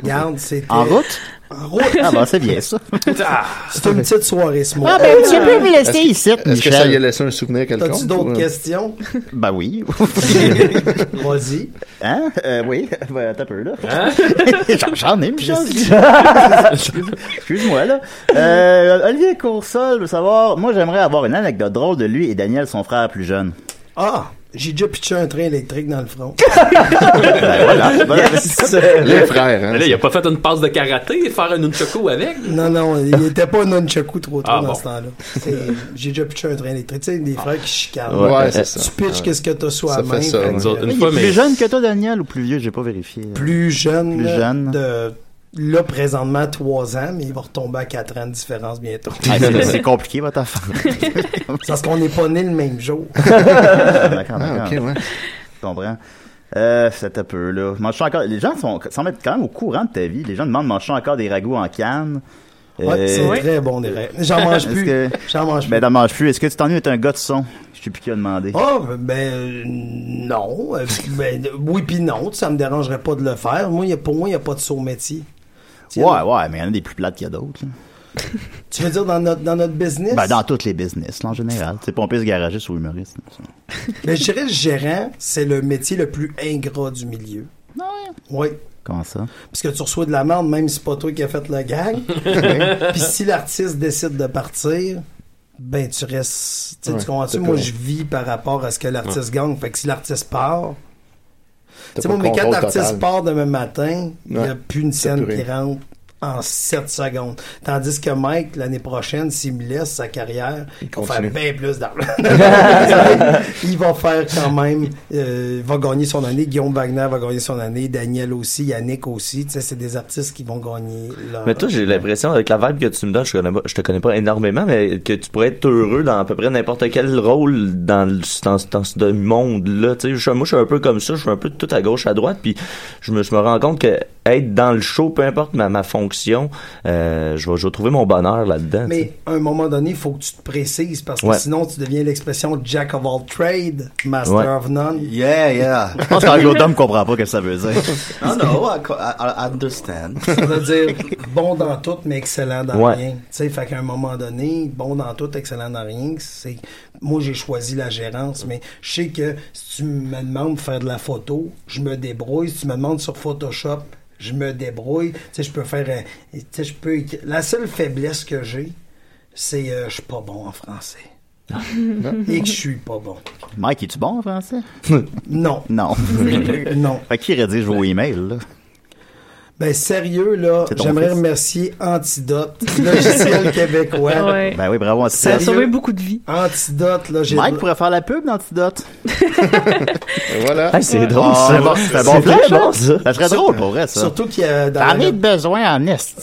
Speaker 9: Regarde, c'était.
Speaker 4: En route?
Speaker 9: En route.
Speaker 4: Ah ben, c'est bien ça.
Speaker 5: Ah.
Speaker 9: C'était une petite soirée ce mois.
Speaker 4: Ah ben, tu peux me laisser ici,
Speaker 10: euh,
Speaker 7: Est-ce que ça y a
Speaker 4: Michel.
Speaker 7: laissé un souvenir quelconque?
Speaker 9: T'as-tu d'autres
Speaker 7: ou-
Speaker 9: questions?
Speaker 4: Ben oui.
Speaker 9: Vas-y.
Speaker 4: Hein? Euh, oui. Ben, attends un peu, là. J'en- J'en ai, Michel. Excuse-moi, là. Euh, Olivier Coursol veut savoir, moi, j'aimerais avoir une anecdote drôle de lui et Daniel, son frère plus jeune.
Speaker 9: Ah! J'ai déjà pitché un train électrique dans le front.
Speaker 4: Ben, voilà. Voilà, c'est ça.
Speaker 7: Les frères, hein.
Speaker 5: Mais là, il a pas fait une passe de karaté et faire un nunchaku avec.
Speaker 9: Non, non, il était pas nunchaku trop trop
Speaker 5: Ah,
Speaker 9: dans
Speaker 5: bon.
Speaker 9: ce temps-là. C'est- J'ai déjà pitché un train électrique. Tu sais, des frères qui chicanent.
Speaker 7: Ouais,
Speaker 10: Ouais,
Speaker 7: c'est
Speaker 10: euh,
Speaker 9: Ah. Tu
Speaker 7: ça.
Speaker 9: pitches qu'est-ce que t'as sous
Speaker 7: Ça
Speaker 9: la
Speaker 7: fait
Speaker 9: main.
Speaker 7: ça,
Speaker 9: fait
Speaker 7: ouais.
Speaker 5: Nous autres,
Speaker 9: que
Speaker 5: une
Speaker 4: Il est
Speaker 5: fois, mais.
Speaker 4: Plus jeune que toi, Daniel, ou plus vieux? J'ai pas vérifié. hein. là.
Speaker 9: Plus jeune.
Speaker 4: Plus
Speaker 9: là,
Speaker 4: jeune.
Speaker 9: De, là, présentement, 3 ans, mais il va retomber à 4 ans de différence bientôt.
Speaker 4: Ah, c'est- c'est compliqué, votre affaire.
Speaker 9: C'est parce qu'on n'est pas nés le même jour.
Speaker 4: Ah, d'accord,
Speaker 7: Ah,
Speaker 4: d'accord.
Speaker 7: ok, ouais.
Speaker 4: Je comprends. Euh, c'est un peu là. Mange-tu encore. Les gens sont, semblent être quand même au courant de ta vie. Les gens demandent mange-tu encore des ragoûts en canne
Speaker 9: Ouais, c'est
Speaker 4: vrai.
Speaker 9: très bon, des rêves. J'en mange
Speaker 4: Euh, Est-ce
Speaker 9: plus.
Speaker 4: que-
Speaker 9: J'en mange plus.
Speaker 4: Ben, t'en manges plus. Est-ce que tu t'ennuies d'être un gars de son Je sais plus qui a demandé.
Speaker 9: Ah, ben, ben, non. Euh, Ben, oui, puis non, ça me dérangerait pas de le faire. Moi, y a, pour moi, il n'y a pas de saut métier. Tu sais,
Speaker 4: ouais, ouais, mais il y en a des plus plates qu'il y a d'autres. là.
Speaker 9: Tu veux dire dans notre, dans notre business?
Speaker 4: Ben, dans tous les business, là, en général. C'est pompiste, garagiste ou humoriste. là, ça.
Speaker 9: Mais je dirais le gérant, c'est le métier le plus ingrat du milieu. Oui.
Speaker 4: Comment ça
Speaker 9: Parce que tu reçois de la merde, même si c'est pas toi qui as fait le gag. Puis si l'artiste décide de partir, ben tu restes. tu sais, tu comprends-tu?
Speaker 7: t'es
Speaker 9: Moi,
Speaker 7: pas-
Speaker 9: je vis par rapport à ce que l'artiste gagne. Fait que si l'artiste part.
Speaker 7: T'as
Speaker 9: Tu sais,
Speaker 7: pas
Speaker 9: moi,
Speaker 7: de
Speaker 9: mais quand
Speaker 7: contrôle
Speaker 9: l'artiste
Speaker 7: total.
Speaker 9: part demain matin, il n'y a
Speaker 7: Ouais.
Speaker 9: plus une
Speaker 7: plus
Speaker 9: scène qui
Speaker 7: rien.
Speaker 9: rentre en 7 secondes. Tandis que Mike, l'année prochaine, s'il me laisse sa carrière, il va faire
Speaker 7: continue.
Speaker 9: bien plus d'argent. il va faire quand même, euh, il va gagner son année. Guillaume Wagner va gagner son année. Daniel aussi, Yannick aussi. Tu sais, c'est des artistes qui vont gagner leur.
Speaker 10: Mais toi, j'ai l'impression, avec la vibe que tu me donnes, je, connais pas- je te connais pas énormément, mais que tu pourrais être heureux dans à peu près n'importe quel rôle dans, le- dans, dans ce monde-là. Tu sais, je- moi, je suis un peu comme ça, je suis un peu tout à gauche, à droite, puis je me, je me rends compte que être dans le show, peu importe ma, ma fonction, euh, je, vais, je vais trouver mon bonheur là-dedans. tu sais.
Speaker 9: Mais à un moment donné, il faut que tu te précises parce que
Speaker 10: Ouais.
Speaker 9: sinon tu deviens l'expression Jack of all trade, Master
Speaker 10: Ouais.
Speaker 9: of none.
Speaker 8: Yeah, yeah.
Speaker 4: Je pense qu'Anglo-Dom comprend pas ce que ça veut dire.
Speaker 8: No, no, I, co- I, I understand.
Speaker 9: Ça veut dire bon dans tout, mais excellent dans
Speaker 10: Ouais.
Speaker 9: rien. Tu sais, fait qu'à un moment donné, bon dans tout, excellent dans rien, c'est. Moi, j'ai choisi la gérance, mais je sais que si tu me demandes de faire de la photo, je me débrouille. Si tu me demandes sur Photoshop, je me débrouille. Tu sais, je peux faire. un- Tu sais, je peux. La seule faiblesse que j'ai, c'est euh, je suis pas bon en français. Et que je suis pas bon.
Speaker 4: Mike, es-tu bon en français?
Speaker 9: Non.
Speaker 4: Non.
Speaker 9: Non.
Speaker 4: fait qui rédige vos emails, là?
Speaker 9: Ben sérieux, là,
Speaker 4: C'est ton
Speaker 9: j'aimerais
Speaker 4: fils.
Speaker 9: remercier Antidote, logiciel québécois.
Speaker 6: Ouais.
Speaker 4: Ben oui, bravo,
Speaker 6: Ça a
Speaker 4: Antidote.
Speaker 6: sauvé beaucoup de vies.
Speaker 9: Antidote, là, j'ai...
Speaker 4: Mike pourrait faire la pub d'Antidote.
Speaker 7: Et voilà.
Speaker 10: Hey, c'est drôle,
Speaker 4: Ah,
Speaker 10: ça.
Speaker 4: bon, c'est
Speaker 10: c'est
Speaker 4: bon flash,
Speaker 10: très bon,
Speaker 4: hein?
Speaker 10: ça.
Speaker 4: Ça serait drôle pour vrai, ça.
Speaker 9: Surtout qu'il y a... dans
Speaker 4: T'en
Speaker 9: la-
Speaker 4: as de besoin en est.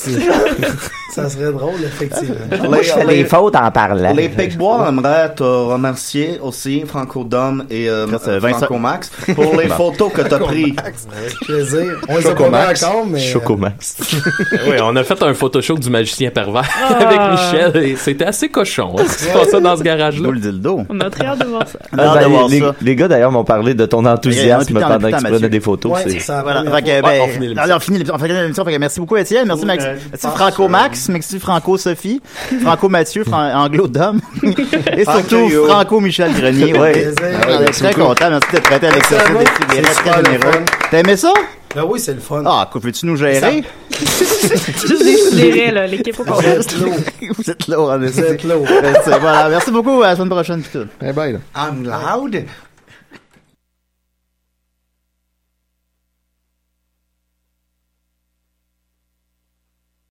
Speaker 9: Ça serait drôle, effectivement.
Speaker 10: Moi, je fais
Speaker 8: Les-
Speaker 10: des fautes en parlant.
Speaker 8: Euh, Les Picbois aimeraient te remercier aussi, Franco Dom et euh,
Speaker 4: Chris, euh, Vincent-
Speaker 8: Franco Max, pour les photos que t'as prises.
Speaker 9: Plaisir. On les a pas
Speaker 7: Chocomax.
Speaker 9: vus encore, mais... euh,
Speaker 10: Chocomax.
Speaker 5: Ah oui, on a fait un Photoshop du magicien pervers
Speaker 6: Ah.
Speaker 5: avec Michel et c'était assez cochon. hein, ce qui se passait dans ce garage-là.
Speaker 4: D'où le dildo.
Speaker 6: On a très hâte de voir ça.
Speaker 4: On a
Speaker 10: Ah,
Speaker 4: hâte
Speaker 10: ben,
Speaker 4: de voir
Speaker 10: les,
Speaker 4: ça.
Speaker 10: les gars, d'ailleurs, m'ont parlé de ton
Speaker 4: Et
Speaker 10: enthousiasme
Speaker 4: on a plus de temps, on
Speaker 10: pendant
Speaker 4: a plus de
Speaker 10: que tu
Speaker 4: temps,
Speaker 10: prenais
Speaker 4: Mathieu.
Speaker 10: des photos.
Speaker 9: euh, Ouais,
Speaker 10: c'est-
Speaker 9: c'est ça.
Speaker 4: Voilà, fait que,
Speaker 5: Ouais,
Speaker 4: ben,
Speaker 5: on finit l'émission.
Speaker 4: on finit l'émission. On finit l'émission. Fait que Merci beaucoup, Étienne. Merci, Max-
Speaker 8: Ouais, je
Speaker 4: merci
Speaker 8: pense,
Speaker 4: Franco
Speaker 8: euh,
Speaker 4: Max. Merci Franco Sophie. Franco Mathieu. Fran- Anglo Dom. Et surtout
Speaker 8: Franco.
Speaker 4: Franco Michel Grenier. Ouais.
Speaker 9: Plaisir. Ah
Speaker 4: On est très content. Merci d'être prêté à l'exercice
Speaker 9: Merci à
Speaker 4: des
Speaker 9: vous.
Speaker 4: filières. Très
Speaker 9: C'est super le
Speaker 4: généreux.
Speaker 9: fun.
Speaker 4: T'as aimé ça?
Speaker 9: Ben oui, c'est le fun.
Speaker 4: Ah, écoute, veux-tu nous gérer?
Speaker 6: Juste des soudérés, là, l'équipe au complet.
Speaker 4: Vous êtes lourd. Vous êtes lourd, en
Speaker 9: Vous
Speaker 4: effet.
Speaker 9: êtes là.
Speaker 4: C'est- Voilà. Merci beaucoup. À la semaine prochaine. puis tout.
Speaker 7: Eh ben, là.
Speaker 8: I'm loud.